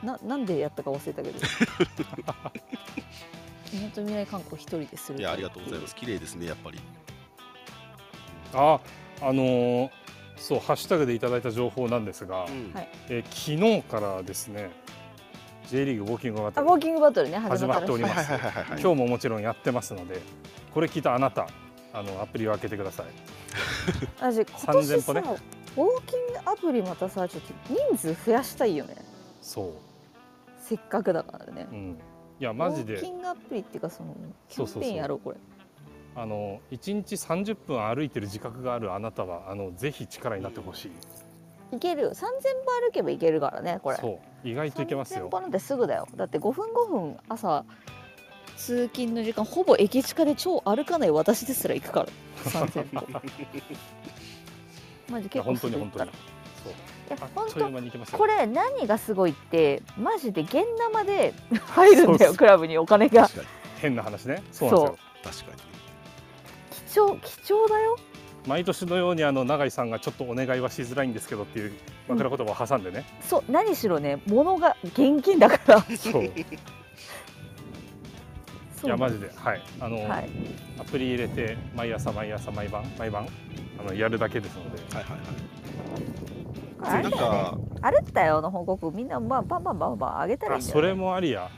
Speaker 4: ななんでやったか忘れた けどみなとみらい観光一人でする
Speaker 2: いや、ありがとうございます。綺麗ですね、やっぱり。
Speaker 1: ああのーそうハッシュタグでいただいた情報なんですが、
Speaker 2: うん
Speaker 4: はい
Speaker 1: えー昨日からですね J リーグウォーキングが
Speaker 4: あウォーキングバトルね始
Speaker 1: 始
Speaker 4: ま
Speaker 1: ま
Speaker 4: っ
Speaker 1: ったて
Speaker 4: ら
Speaker 1: お
Speaker 4: し
Speaker 1: り
Speaker 4: い
Speaker 1: ます
Speaker 2: はいはいはいはい。
Speaker 1: 今日ももちろんやってますのでこれ聞いたあなたあのアプリを開けてください
Speaker 4: 私今年
Speaker 1: 3000
Speaker 4: さ、
Speaker 1: 歩ね
Speaker 4: ウォーキングアプリまたさちょっと人数増やしたいよね
Speaker 1: そ
Speaker 4: せっかくだからね
Speaker 1: う、うん、いやマジ
Speaker 4: ウォーキ
Speaker 1: で
Speaker 4: ングアプリっていうかそのキ
Speaker 1: そ
Speaker 4: ャ
Speaker 1: うそうそ
Speaker 4: ン
Speaker 1: う
Speaker 4: ペーンやろうこれ
Speaker 1: あの1日30分歩いてる自覚があるあなたはあのぜひ力になってほしい
Speaker 4: いけるよ3000歩歩けばいけるからねこれ
Speaker 1: そう意外といけます
Speaker 4: 3000
Speaker 1: よ
Speaker 4: 歩なんてすぐだよだって5分5分朝通勤の時間ほぼ駅近で超歩かない私ですら行くから3000歩 マジ
Speaker 1: いや
Speaker 4: 結構
Speaker 1: 本
Speaker 4: す
Speaker 1: 当
Speaker 4: ぐ
Speaker 1: に
Speaker 4: 行
Speaker 1: 本
Speaker 4: く
Speaker 1: 当に
Speaker 4: から
Speaker 1: そう
Speaker 4: いや
Speaker 1: あ
Speaker 4: 本
Speaker 1: っとい
Speaker 4: 当
Speaker 1: う間にいけますよ
Speaker 4: これ何がすごいってマジで現生で 入るんだよクラブにお金が
Speaker 2: 確かに、
Speaker 1: 変な話ねそうなんですよ
Speaker 2: 確かにね。
Speaker 4: 貴重貴重だよ
Speaker 1: 毎年のようにあの永井さんがちょっとお願いはしづらいんですけどっていう枕言葉を挟んでね、
Speaker 4: そう何しろね物が現金 だから
Speaker 1: そうい
Speaker 4: そう
Speaker 1: やマジではいあの、
Speaker 4: はい
Speaker 1: アプリ入れて毎朝毎朝毎晩毎晩あのやるだけですので
Speaker 2: はいはいは
Speaker 4: あ
Speaker 2: い。な
Speaker 4: れ
Speaker 2: ん
Speaker 4: だよね
Speaker 2: か、
Speaker 4: 歩ったよの報告みんなまあバンバンバンバン上げたらい
Speaker 1: あ
Speaker 4: いんだ
Speaker 1: そ
Speaker 4: よ、ね、
Speaker 1: れもありや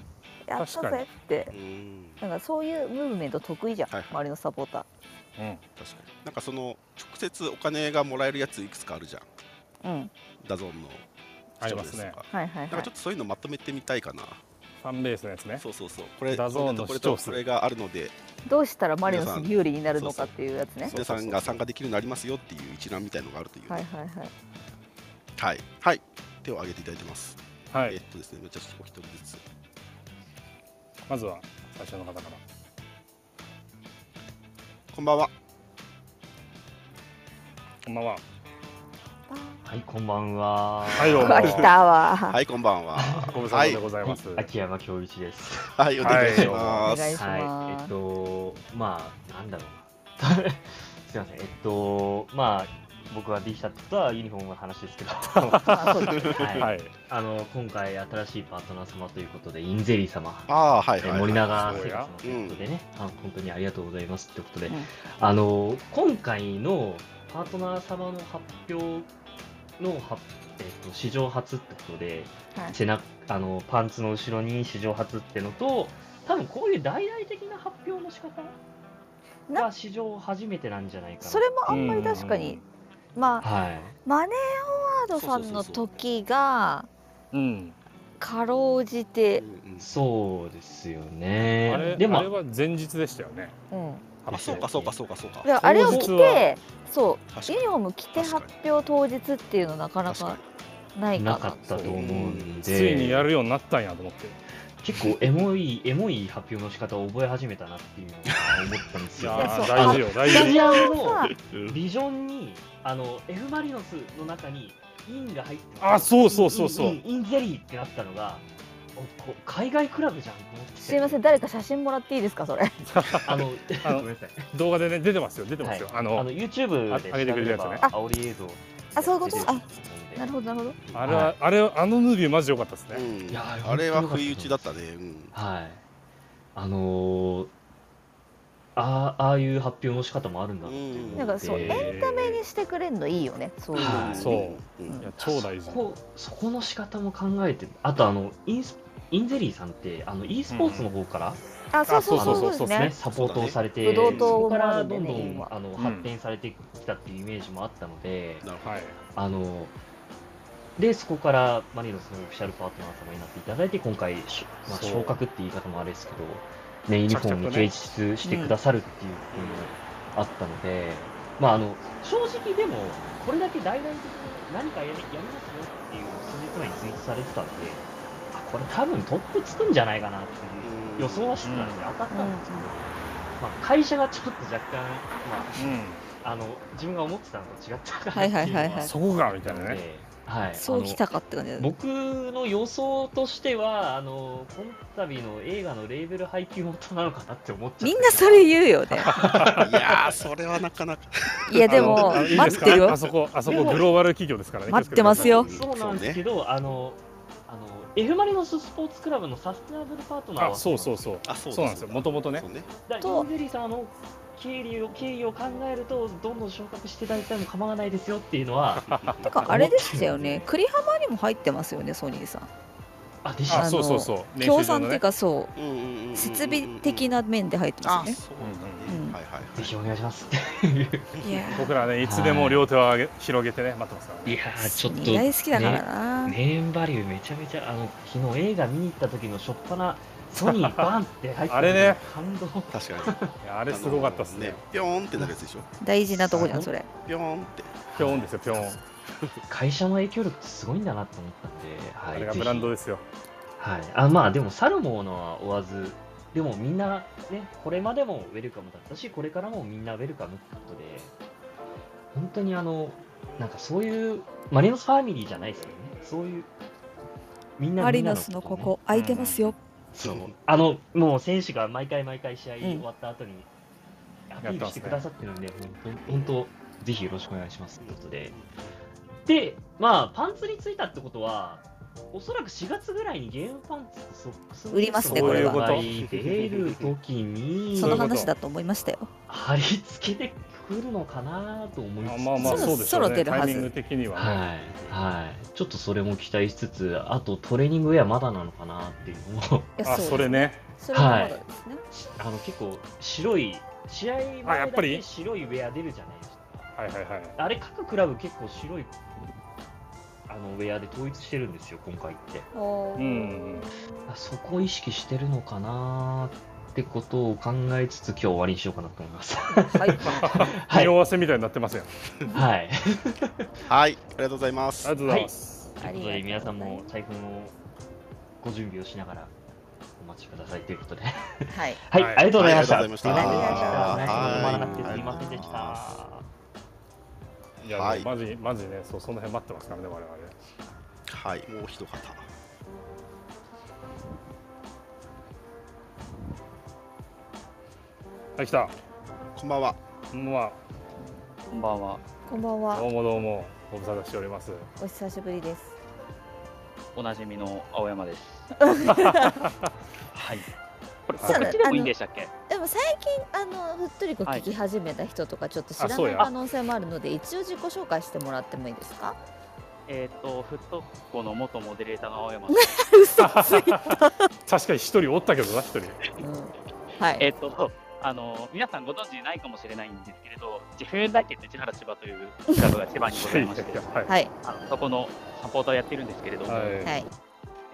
Speaker 4: やった
Speaker 1: 確かに
Speaker 4: ぜって
Speaker 2: うん。
Speaker 4: なんかそういうムーブメント得意じゃん、
Speaker 2: はいはい
Speaker 4: 周りのサポータ
Speaker 1: うん
Speaker 2: 確かに。なんか、その、直接お金がもらえるやついくつかあるじゃん。
Speaker 4: ーうん
Speaker 2: ダゾーンの。
Speaker 1: ありますね。
Speaker 4: はいはい
Speaker 2: なん
Speaker 4: は
Speaker 2: か
Speaker 4: い
Speaker 2: ちょっとそういうのまとめてみたいかな。
Speaker 1: ファンベースのやつね
Speaker 2: そうそうそう。これ、
Speaker 1: ダゾーンの
Speaker 2: これ
Speaker 1: 視
Speaker 2: と
Speaker 1: 聴
Speaker 2: こ
Speaker 1: 数
Speaker 2: れがあるので、
Speaker 4: どうしたらマリノスに有利になるの
Speaker 2: 皆
Speaker 4: かっ
Speaker 2: さん
Speaker 4: ていうやつね
Speaker 2: 皆さんが参加できるようになりますよっていう一覧みたいのがあるという。は
Speaker 4: はいい、はいはい
Speaker 2: はい、はい手を挙げていただいてます。
Speaker 1: は
Speaker 2: えっ
Speaker 1: い
Speaker 2: とですね、じゃあお一人ずつ。
Speaker 1: まずは最初の方から
Speaker 2: こんばんは。
Speaker 1: こんばんは
Speaker 5: はい、こんばんは。
Speaker 1: はいどう
Speaker 4: う
Speaker 1: も
Speaker 4: わ来たわ、
Speaker 2: はい、こんばんは。
Speaker 1: ご無沙汰でございます、
Speaker 5: 秋山恭一です。
Speaker 2: はい、お願いしま
Speaker 4: お願い
Speaker 2: す。
Speaker 4: しま
Speaker 5: は
Speaker 4: す
Speaker 5: い、えっと、まあ、なんだろうな。 すいません、えっと、まあ、僕ができたってことはユニフォームの話 ですけど、は
Speaker 4: まあそうだね
Speaker 5: い、
Speaker 1: はい
Speaker 5: あの、今回新しいパートナー様ということで、インゼリー様。
Speaker 2: ああー、はい、
Speaker 5: え
Speaker 2: はい。
Speaker 5: 森
Speaker 2: は
Speaker 5: 永
Speaker 2: い
Speaker 5: 製菓さんということでね、あの本当にありがとうございますということで、
Speaker 4: うん
Speaker 5: あの今回のパートナー様の発表の発、えっと、史上初ってことで、
Speaker 4: はい
Speaker 5: 背中あのパンツの後ろに史上初ってのと多分こういう大々的な発表の仕方
Speaker 4: な
Speaker 5: が史上初めてなんじゃないかな
Speaker 4: それもあんまり確かに、まあ
Speaker 5: はい
Speaker 4: マネーフォワードさんの時が
Speaker 1: うん
Speaker 4: かろうじて
Speaker 2: うんうん
Speaker 5: そうですよ
Speaker 1: あ
Speaker 5: ね
Speaker 1: れ
Speaker 5: でも
Speaker 1: あれは前日でしたよね
Speaker 4: うん
Speaker 2: あ、そうか、そうか、そうか、そう
Speaker 4: だ
Speaker 2: か。
Speaker 4: からあれを
Speaker 1: 当
Speaker 4: 着
Speaker 1: 日
Speaker 4: て
Speaker 1: は
Speaker 4: そう
Speaker 2: 確
Speaker 4: ユニフォーム着て発表当日っていうのなかな
Speaker 2: 確
Speaker 4: か
Speaker 2: か
Speaker 4: ないかな
Speaker 5: なかったと思うんで
Speaker 1: ついにやるようになったんやと思って
Speaker 5: 結構エモいエモい発表の仕方を覚え始めたなっていうのは思ったんです
Speaker 1: い
Speaker 5: よ
Speaker 1: や
Speaker 4: いや
Speaker 1: ー
Speaker 4: そう
Speaker 1: 大事よ大
Speaker 5: スタ
Speaker 1: 事
Speaker 5: ジ
Speaker 1: よ
Speaker 5: アム
Speaker 4: さ
Speaker 5: の
Speaker 2: に。
Speaker 5: ビジョンにあの F ・マリノスの中にインが入って
Speaker 1: あそうそうそうそう
Speaker 5: インインインゼリーってなったのがおこ海外クラブじゃんと思って
Speaker 4: すいません誰か写真もらっていいですかそれ
Speaker 5: あの
Speaker 1: あの
Speaker 5: ごめんなさい
Speaker 1: 動画でね出てますよ出てますよ、
Speaker 5: はい
Speaker 1: あの
Speaker 5: あの YouTube で
Speaker 1: あ上げてくれるやつね
Speaker 5: 調べれば煽り映像
Speaker 4: あそういうこと
Speaker 5: 出てると思うんで
Speaker 4: なるほどなるほど
Speaker 1: あれは、あれはあのムービーマジ良かったですね、
Speaker 2: うん
Speaker 5: いやー
Speaker 2: あれは不意打ちだったね。うん
Speaker 5: はいあのーあああいう発表の仕方もあるんだなっていうの
Speaker 2: うん
Speaker 5: で
Speaker 4: なんかそうエンタメにしてくれんのいいよねそういう
Speaker 5: はい
Speaker 1: そ
Speaker 2: うん。
Speaker 1: いや超大事
Speaker 5: そこそこの仕方も考えてあとあのインスインゼリーさんってあの e スポーツの方から、
Speaker 4: あそうそう
Speaker 5: あ
Speaker 4: そ
Speaker 5: そうう
Speaker 4: そ
Speaker 5: そ
Speaker 1: そうそ
Speaker 4: です
Speaker 5: うう
Speaker 1: う
Speaker 5: ね、
Speaker 4: ね
Speaker 5: サポートをされて、
Speaker 4: ブドウ
Speaker 5: そ
Speaker 4: 糖
Speaker 5: こ
Speaker 4: も
Speaker 5: か
Speaker 4: ある
Speaker 5: ら
Speaker 4: んで
Speaker 5: ど
Speaker 4: ね
Speaker 5: んどん
Speaker 4: 今
Speaker 5: あの
Speaker 1: ん
Speaker 5: 発展されてきたっていうイメージもあったので、
Speaker 2: なるほど
Speaker 1: はい
Speaker 5: あので、そこからマリノスのオフィシャルパートナー様になっていただいて、今回、しまあ、
Speaker 1: そう
Speaker 5: 昇格って言い方もあれですけど、ね、ユニフォーム
Speaker 1: 着々とね
Speaker 5: に掲出してくださるっていうこともあったので、まあ、あの正直でも、これだけ大々的に何かやりやりますよっていう数日前にツイートされてたんで、あこれ多分トップつくんじゃないかなっていう予想はしてたんで、当たったんですけど、まあ、会社がちょっと若干、まあ、あの自分が思ってたのと違ったかなっていうの
Speaker 4: はいはいはい
Speaker 5: は
Speaker 1: う
Speaker 4: はい
Speaker 1: ん、そこがみたいな
Speaker 5: の
Speaker 1: ね。
Speaker 5: で、はい、
Speaker 4: そうき
Speaker 5: あの
Speaker 4: たかって感じだね
Speaker 5: 僕の予想としては、あのこの度の映画のレーベル配給元なのかなって思っちゃって
Speaker 4: みんなそれ言うよね
Speaker 2: いやー、それはなかなか。
Speaker 4: いやでも
Speaker 1: あのいいで
Speaker 4: 待
Speaker 1: す
Speaker 4: っ
Speaker 1: か
Speaker 4: てるよ
Speaker 1: あそこ、あそこグローバル企業ですからね。
Speaker 4: 待ってますよ
Speaker 5: そうなんですけど、あのあの F ・マリノススポーツクラブのサステナブルパートナー
Speaker 1: あ、そうそうそう。
Speaker 2: あ、そうだ
Speaker 1: そうなんですよ。もともとね
Speaker 2: そう。ね。
Speaker 5: だ
Speaker 4: と
Speaker 5: インゼリーさんの経理を経緯を考えると、どんどん昇格していただいても構わないですよっていうの は、
Speaker 4: とかあれでしたよね栗浜にも入ってますよねソニーさん
Speaker 5: あ、でし
Speaker 1: あ、
Speaker 5: た。
Speaker 1: そうそうそう。練
Speaker 4: 協
Speaker 1: 習場
Speaker 4: 賛
Speaker 1: の
Speaker 4: ってい
Speaker 1: ね。
Speaker 4: うかそ
Speaker 2: うんうんうんうんうん
Speaker 4: う設備的。な面で入ってま
Speaker 2: あ、
Speaker 4: すよね
Speaker 2: そうなんだ
Speaker 4: うんうん
Speaker 2: ね。はいはい
Speaker 5: ぜひ
Speaker 2: は
Speaker 5: お願いしますっていう。
Speaker 4: いや
Speaker 1: 僕らね、いつでも両手を上げ広げてね、待ってますからね。
Speaker 5: いやー、ちょっ
Speaker 4: ソニ
Speaker 5: と
Speaker 4: ー大好きだからな、
Speaker 5: ネームバリューめちゃめちゃ、あの、昨日映画見に行った時の初っ 端、ソニーバンって入ってた
Speaker 1: あれね、
Speaker 5: 感動。
Speaker 2: い。確かに。
Speaker 1: いやあれすごかったです
Speaker 2: あの
Speaker 1: ね。。
Speaker 2: ピョーンってなるやつでしょ。
Speaker 4: 大事なとこじゃんそれ
Speaker 2: ピョーンって。
Speaker 1: ピョーンですよ、ピョーン。
Speaker 5: 会社の影響力ってすごいんだなと思ったんで、は
Speaker 1: あ
Speaker 5: い。
Speaker 1: れが
Speaker 5: ぜひ
Speaker 1: ブランドですよ。
Speaker 5: はい。あ、まあでも、サルモーのは追わず、でもみんな、ね、これまでもウェルカムだったし、これからもみんなウェルカムってことで、本当にあの、なんかそういう、マリノスファミリーじゃないですよね。そういう、みんな
Speaker 4: マリノスのここ空いてますよ
Speaker 5: そう。あの、もう選手が毎回毎回試合終わった後に、アピールしてくださってるんで、本当、本当、ぜひよろしくお願いしますということで。で、まあ、パンツについたってことは、おそらく4月ぐらいにゲームパンツとソックスを
Speaker 4: 売りますね
Speaker 1: これは
Speaker 5: 出るときに、
Speaker 4: そ
Speaker 1: そうい
Speaker 4: の
Speaker 1: うこと
Speaker 4: 話だと思いましたよ
Speaker 5: 貼り付けてくるのかなと思いつ
Speaker 1: あ
Speaker 5: つ、
Speaker 1: まあまあ、
Speaker 4: そろ
Speaker 1: そうですよ
Speaker 4: そろ出
Speaker 1: ね。
Speaker 4: るは
Speaker 1: タ
Speaker 4: ず
Speaker 1: イミング的にはね。
Speaker 5: はい、はい。ちょっとそれも期待しつつ、あとトレーニングウェアまだなのかなっていうのも、
Speaker 4: いや
Speaker 1: あ、
Speaker 4: う
Speaker 1: それね。
Speaker 4: それはまだですね、
Speaker 5: あの結構白い、試合
Speaker 1: あや
Speaker 5: 前
Speaker 1: っ
Speaker 5: だ
Speaker 1: ぱり
Speaker 5: け白いウェア出るじゃないですか。
Speaker 1: はいはいはい。
Speaker 5: あれ、各クラブ結構白いあのウェアで統一してるんですよ、今回って。
Speaker 4: おー
Speaker 1: うん
Speaker 5: あそこを意識してるのかなーってことを考えつつ、今日終わりにしようかなと思い ます。
Speaker 4: はい
Speaker 5: はい
Speaker 1: 匂わせみたいになってますよ。
Speaker 5: はい。
Speaker 2: はい、ありがとうございま
Speaker 1: あ
Speaker 2: す
Speaker 1: りが。とうございます。
Speaker 5: ということ
Speaker 4: ありがとうございま
Speaker 5: です皆さんも財布のご準備をしながらお待ちくださいということで
Speaker 4: はい
Speaker 5: はい、
Speaker 1: はい
Speaker 5: ありがとうございました
Speaker 2: ありがとうございました
Speaker 5: ありがとうござ
Speaker 4: あ
Speaker 5: いました
Speaker 4: りがとうございました
Speaker 5: 話が止まらなくてすみませんでし
Speaker 2: は
Speaker 5: た
Speaker 1: いや、
Speaker 2: は
Speaker 1: も
Speaker 2: いう
Speaker 1: マジ、マジね、そう、その辺待ってますからね、我々。
Speaker 2: はい、もう一方。
Speaker 1: はい、来た。
Speaker 2: こんばんは。
Speaker 1: こんばんは。
Speaker 6: こんばんは。
Speaker 4: こんばん
Speaker 1: ど
Speaker 4: は
Speaker 1: うもどうも、ご無沙汰しております。
Speaker 4: お久しぶりです
Speaker 6: おなじみの青山です。はい。これ、
Speaker 1: そうだ
Speaker 6: 告知でもいいんでしたっけ
Speaker 4: でも最近あのふっとりこ聞き始めた人とかちょっと知ら
Speaker 1: あ
Speaker 4: な
Speaker 1: そう
Speaker 4: い
Speaker 1: や
Speaker 4: 可能性もあるので一応自己紹介してもらってもいいですか
Speaker 6: えっ、と、フットコの元モデレーターの青山です。
Speaker 4: 嘘つい
Speaker 1: 確かに一人おったけどな、一人。
Speaker 4: うんはい
Speaker 6: えっと、あの、皆さんご存知ないかもしれないんですけれど、地平大県の千原千葉というクラブが千葉にございまして、
Speaker 1: はい。
Speaker 4: はい
Speaker 6: あのそこのサポーターをやってるんですけれども、
Speaker 1: はい
Speaker 4: はい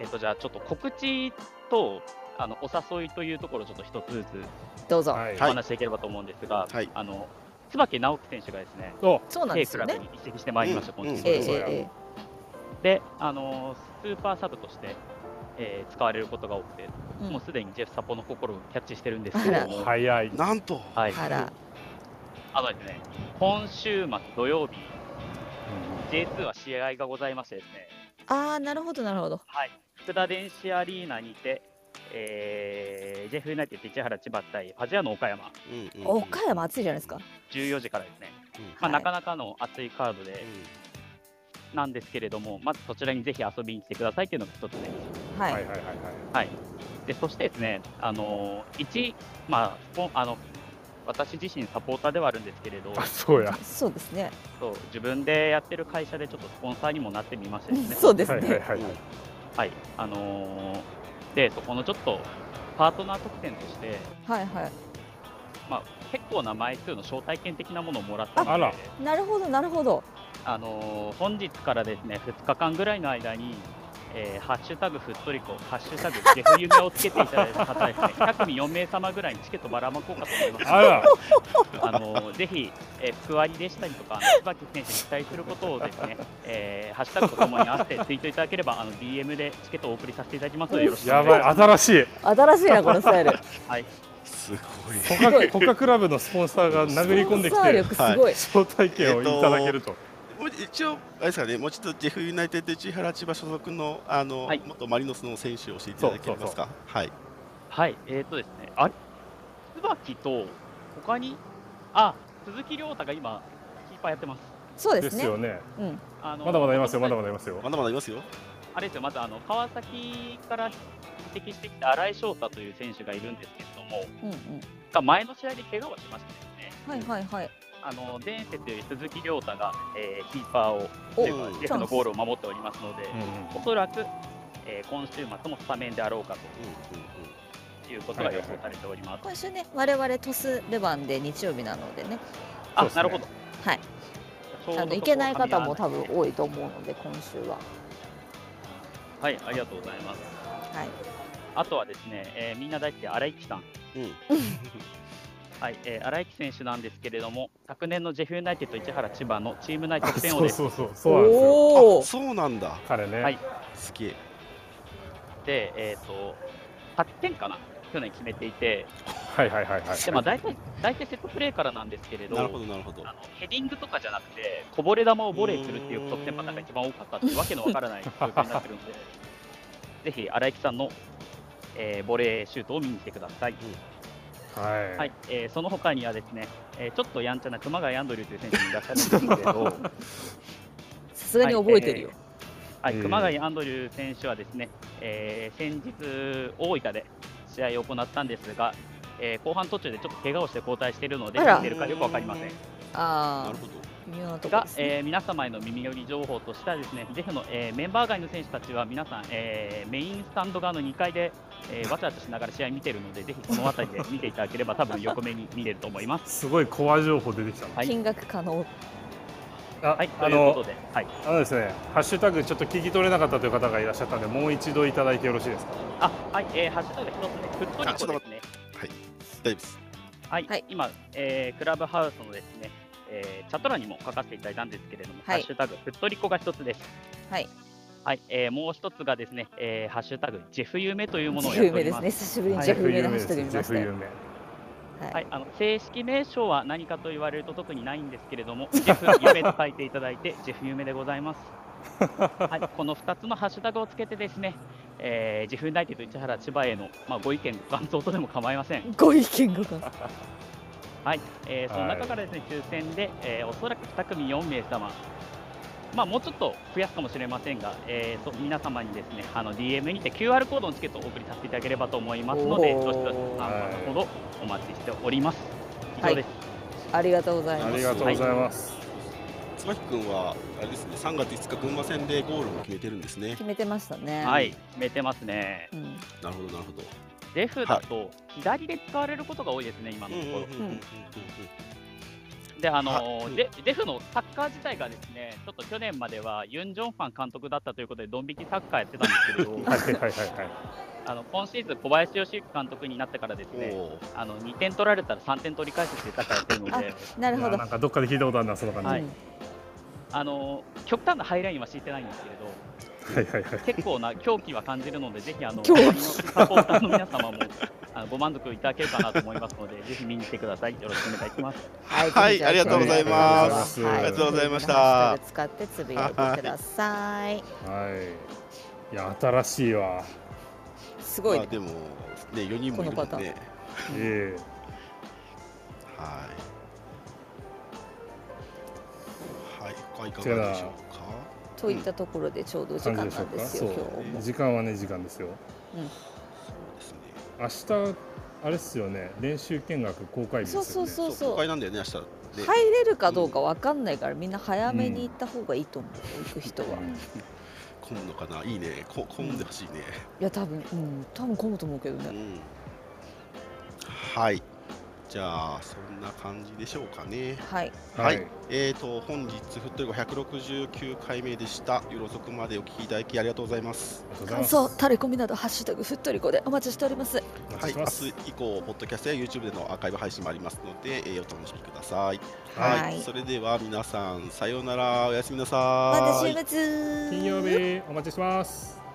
Speaker 6: えっ、と、じゃあちょっと告知と、あのお誘いというところをちょっと一つずつ
Speaker 4: どうぞ
Speaker 1: はい
Speaker 6: お話していければと思うんですが、
Speaker 2: はい
Speaker 6: あの椿直樹選手がですね、
Speaker 1: お、
Speaker 4: そうなん
Speaker 6: K
Speaker 4: です
Speaker 6: ク
Speaker 4: よ
Speaker 6: ラ
Speaker 4: ね
Speaker 6: ブに移籍してまいりました、
Speaker 2: うん
Speaker 6: 今シーズン
Speaker 4: ええ
Speaker 1: そうそう
Speaker 4: ええ
Speaker 6: で、あのースーパーサブとして、えー使われることが多くて、
Speaker 4: うん
Speaker 6: もうすでにジェフサポの心をキャッチしてるんですけれども、
Speaker 1: 早い。
Speaker 2: なんと。
Speaker 6: はい、
Speaker 4: あら
Speaker 6: あのですね、今週末土曜日、J2 は試合がございましてですね、
Speaker 4: あーなるほどなるほど
Speaker 6: はい、福田電子アリーナにて、えージェフユナイテッド市原千葉対ファジアの岡山、
Speaker 2: うんうんうん
Speaker 4: 岡山暑いじゃないですか。
Speaker 6: 14時からですね、
Speaker 2: うん
Speaker 6: まあ
Speaker 4: はい
Speaker 6: なかなかの熱いカード
Speaker 2: う
Speaker 6: で
Speaker 2: ん
Speaker 6: なんですけれども、まずそちらにぜひ遊びに来てくださいっていうのが一つ目です。
Speaker 4: は
Speaker 1: はい
Speaker 4: い、
Speaker 1: はいはいはい。
Speaker 6: はい、でそしてですね、あの一、まあこんあの、私自身サポーターではあるんですけれど、
Speaker 1: あ、そうや。
Speaker 4: そうですね
Speaker 6: そう自分でやってる会社でちょっとスポンサーにもなってみましてですね、
Speaker 4: そうです
Speaker 1: はい
Speaker 4: ね、
Speaker 1: はいはい。
Speaker 6: はいあのーでそこのちょっとパートナー特典として、
Speaker 4: はいはい
Speaker 6: まあ、結構な枚数の招待券的なものをもらった
Speaker 1: ああ
Speaker 6: の
Speaker 1: ら
Speaker 6: で、
Speaker 4: なるほどなるほど
Speaker 6: あのー本日からですね2日間ぐらいの間に、えーハッシュタグふっとりこ、ハッシュタグデフ夢をつけていただいた方ですね、100組4名 様ぐらいにチケットばらまこうかと思います
Speaker 1: あら
Speaker 6: ので、あのーぜひ、えー、スクワリでしたりとか、あの椿選手に期待することをですね、えーハッシュタグとともに合わせてツイートいただければ、あの DM でチケットをお送りさせていただきますので、よろしくお願
Speaker 1: や
Speaker 6: いしま
Speaker 1: ばい。
Speaker 6: す
Speaker 1: 新しい
Speaker 4: 新しいなこのス タイル
Speaker 6: はい
Speaker 2: すごい。
Speaker 1: コカコカクラブのスポンサーが殴り込んでき
Speaker 4: スポンサー
Speaker 1: て
Speaker 4: 力すごい、
Speaker 1: 招待券をいただけると、
Speaker 2: もう一応、あれですかね、もうちょっとジェフユナイテッド千原千葉所属のあの、
Speaker 6: はい
Speaker 2: 元マリノスの選手を教えていただけますか。はい。
Speaker 6: はい、えー、とですね、あれ、椿と、他に、あ、鈴木亮太が今、キーパーやってます。
Speaker 4: そうで
Speaker 1: ですす
Speaker 4: ね
Speaker 1: よね
Speaker 4: うん
Speaker 6: あの
Speaker 1: まだまだいますよまだま
Speaker 6: だ。
Speaker 1: だいますよ
Speaker 2: まだまだいますよ。
Speaker 6: あれですよ、まずあの川崎から移籍してきた新井翔太という選手がいるんですけれども、
Speaker 4: うんうん
Speaker 6: が前の試合で怪我をしましてですね、
Speaker 4: はいはいはい
Speaker 6: あの前節より鈴木亮太が、えーキーパーを、
Speaker 4: お
Speaker 2: では
Speaker 6: レフのゴールを守っておりますので、おそらく、えー今週末もスタメンであろうかということが予想されております。
Speaker 4: 今週ね我々トスレバンで日曜日なのでね
Speaker 1: はいはい
Speaker 6: あ、
Speaker 1: そうですね
Speaker 6: なるほど。
Speaker 4: はい
Speaker 6: ちょう
Speaker 4: あ
Speaker 6: どそこ
Speaker 4: の行けない方も多
Speaker 6: 噛み合わ
Speaker 4: 分
Speaker 6: なくて
Speaker 4: 多いと思うので今週は
Speaker 6: はい、ありがとうございます。
Speaker 4: はい
Speaker 6: あとはですね、えーみんな大好き荒井貴さん。
Speaker 2: うんうん
Speaker 6: はい、えー、荒井貴選手なんですけれども、昨年のジェフユナイテッド市原千葉のチーム内
Speaker 1: あ
Speaker 6: 得点
Speaker 1: そ
Speaker 6: 王
Speaker 1: う
Speaker 6: です。
Speaker 1: そうそうそうなんですよ
Speaker 2: うん。
Speaker 4: お
Speaker 2: あ、そうなんだ。
Speaker 1: 彼ね、
Speaker 6: はい
Speaker 2: すげえ。
Speaker 6: で、えっ、と、8点かな、去年決めていて、
Speaker 1: はいはいはいはい
Speaker 6: でまあ、大体、大体セットプレーからなんですけれど、
Speaker 2: なるほどなるほど。
Speaker 6: あのヘディングとかじゃなくて、こぼれ球をボレーするっていう得点パターンが一番多かったっていうわけのわからない状況になってるので、 ぜひ荒井貴さんの、えーボレーシュートを見に来てください。
Speaker 1: はい、
Speaker 6: はい、えーその他にはですね、えーちょっとやんちゃな熊谷アンドリューという選手もいらっしゃるんですけれ ど、
Speaker 4: さすがに覚えてるよ、
Speaker 6: はい、
Speaker 1: うん
Speaker 6: 熊谷アンドリュー選手はですね、えー先日、大分で試合を行ったんですが、えー後半途中でちょっと怪我をして交代しているので、
Speaker 4: あら
Speaker 6: 出るかよくわかりません。
Speaker 2: な
Speaker 4: あ
Speaker 2: る
Speaker 4: あ
Speaker 2: ほど。
Speaker 4: 微妙なとこ
Speaker 6: が
Speaker 4: で、すね、
Speaker 6: えー皆様への耳寄り情報としてはですね、ぜひの、えーメンバー外の選手たちは皆さん、えーメインスタンド側の2階で、えー、わちゃわちゃしながら試合見てるので、ぜひそのあたりで見ていただければ、多分横目に見れると思います。
Speaker 1: すごいコア情報出てきたな、
Speaker 6: はい
Speaker 4: 金額可能
Speaker 1: あ
Speaker 6: はい、と
Speaker 1: あ
Speaker 6: いうこ
Speaker 1: の
Speaker 6: とで、はい、
Speaker 1: あのですねハッシュタグちょっと聞き取れなかったという方がいらっしゃったのでもう一度いただいてよろしいですか
Speaker 6: あ、はい、えーハッシュタグ一つ目、ふっとり
Speaker 2: あちょ
Speaker 6: こ
Speaker 2: っと待っ
Speaker 6: ですね。
Speaker 2: 大丈夫です。
Speaker 6: はい、
Speaker 4: はい
Speaker 6: 今、えークラブハウスのですね、えーチャット欄にも書かせていただいたんですけれども、
Speaker 4: はい
Speaker 6: ハッシュタグ、ふっとりこが一つです。
Speaker 4: はい。
Speaker 6: はい、えーもう一つがですね、えーハッシュタグ、ジェフ夢というものを
Speaker 4: ジ
Speaker 6: や
Speaker 4: ェ
Speaker 6: ってお
Speaker 4: フ有名
Speaker 6: り
Speaker 4: で
Speaker 6: ますす。
Speaker 4: ね久しぶりに
Speaker 6: はい
Speaker 4: ジェフ有名の
Speaker 1: 有名
Speaker 4: ハッ
Speaker 1: で
Speaker 4: シ
Speaker 1: すジェ
Speaker 4: ュタグ見ました
Speaker 1: フ
Speaker 4: よ
Speaker 1: 有名
Speaker 4: は
Speaker 6: はい
Speaker 4: い、
Speaker 6: あの正式名称は何かと言われると特にないんですけれども、ジェフ夢と書いていただい て、ジェフ夢でございます。はい、この2つのハッシュタグをつけてですね、えー、ジェフユナイテッド市原千葉への、まあ、ご意見、ご感想とでも構いません。
Speaker 4: ご意見ご感想
Speaker 6: はい、えーその中からですね、抽選で、えーおそらく2組4名様、まあ、もうちょっと増やすかもしれませんが、えー、そ皆様にですね、あの DM にて QR コードのチケットをお送りさせていただければと思いますので、
Speaker 4: おー
Speaker 6: どしどしご参加ほどお待ちしております。以上です。
Speaker 4: ありがとうござい
Speaker 1: あ
Speaker 4: ま
Speaker 1: り
Speaker 4: す
Speaker 1: がとうございます、、
Speaker 2: 椿君はあれですね。3月5日群馬戦でゴールも決めてるんですね
Speaker 4: 決。めてましたね
Speaker 6: はい、決めてますね
Speaker 4: う。ん
Speaker 2: なるほどなるほど。
Speaker 6: レフだと左で使われることが多いですね、今のところ。で、あの
Speaker 2: はい
Speaker 6: ーでデフのサッカー自体がですね、ちょっと去年まではユン・ジョンファン監督だったということで、ドン引きサッカーやってたんですけれど
Speaker 1: はいはいはいはい
Speaker 6: あの今シーズン、小林義行監督になってからです
Speaker 2: お
Speaker 6: ね、
Speaker 2: おー。
Speaker 6: あの2点取られたら3点取り返すっていうサッカーやってるので、
Speaker 4: なる
Speaker 1: い
Speaker 4: ほ
Speaker 1: や
Speaker 4: ど
Speaker 1: なんかどっかで聞いたことあるなその感じ、
Speaker 6: はい
Speaker 4: うん
Speaker 6: あのー極端なハイラインは敷いてないんですけれど、
Speaker 1: はいはいはい
Speaker 6: 結構な狂気は感じるので、ぜひあの
Speaker 4: 狂気
Speaker 6: 周りのサポーターの皆様もあのご満足いただけるかなと思いますので、ぜひ見に来てください。よろしくお願いします。
Speaker 4: はい、
Speaker 2: はい
Speaker 4: ぜひじゃあ
Speaker 2: ありがとうござい
Speaker 1: ます
Speaker 4: は
Speaker 1: ありが
Speaker 2: とうございました
Speaker 4: ハッシュタグ使ってつぶやいてください。
Speaker 1: はいいや新しいわ
Speaker 4: すごい
Speaker 2: まあ
Speaker 4: ね。
Speaker 2: でもね4人もいるもんね。
Speaker 1: え
Speaker 2: はい。はい。他いか
Speaker 1: じ
Speaker 2: が
Speaker 1: ゃあ
Speaker 2: でしょうか。
Speaker 4: といったところでちょうど時間なんですよ。
Speaker 1: 感じ
Speaker 4: 今
Speaker 1: でしょうか
Speaker 4: 日
Speaker 1: え
Speaker 4: も。
Speaker 1: 時間はね時間ですよ
Speaker 2: そうですね。
Speaker 1: 明日あれっすよね練習見学公開日です
Speaker 4: そ
Speaker 1: よ
Speaker 4: う
Speaker 1: ね
Speaker 4: そうそう
Speaker 2: そう公
Speaker 4: そう
Speaker 2: 開。なんだよね明日ね。
Speaker 4: 入れるかどうかわかんないから、みんな早めに行った方がいいと思う。行く人は。
Speaker 1: うん
Speaker 2: 混むのかないいね。こ混んでほしいね。
Speaker 4: いや、多分、うん、多分混むと思うけど
Speaker 2: う
Speaker 4: ね。
Speaker 2: ん。はい。じゃあそんな感じでしょうかね
Speaker 4: はい
Speaker 2: はい、えー、と本日フットエゴ169回目でしたよろそくまでお聞きいただきありがとうございます
Speaker 1: ありがとうござい
Speaker 4: 感
Speaker 1: ます。
Speaker 4: 想タレコミなどハッシュタグふっとりこでお待ちしております
Speaker 1: お
Speaker 2: は
Speaker 1: 待ち
Speaker 2: い、
Speaker 1: して
Speaker 2: 明
Speaker 1: ます
Speaker 2: 日以降、ポッドキャストや YouTube でのアーカイブ配信もありますので、えーお楽しみください。はい、
Speaker 4: はい
Speaker 2: それでは皆さん、さようなら、おやすみなさ
Speaker 4: ま
Speaker 2: ーい。
Speaker 4: た週末
Speaker 1: 金曜日お待ちしてます。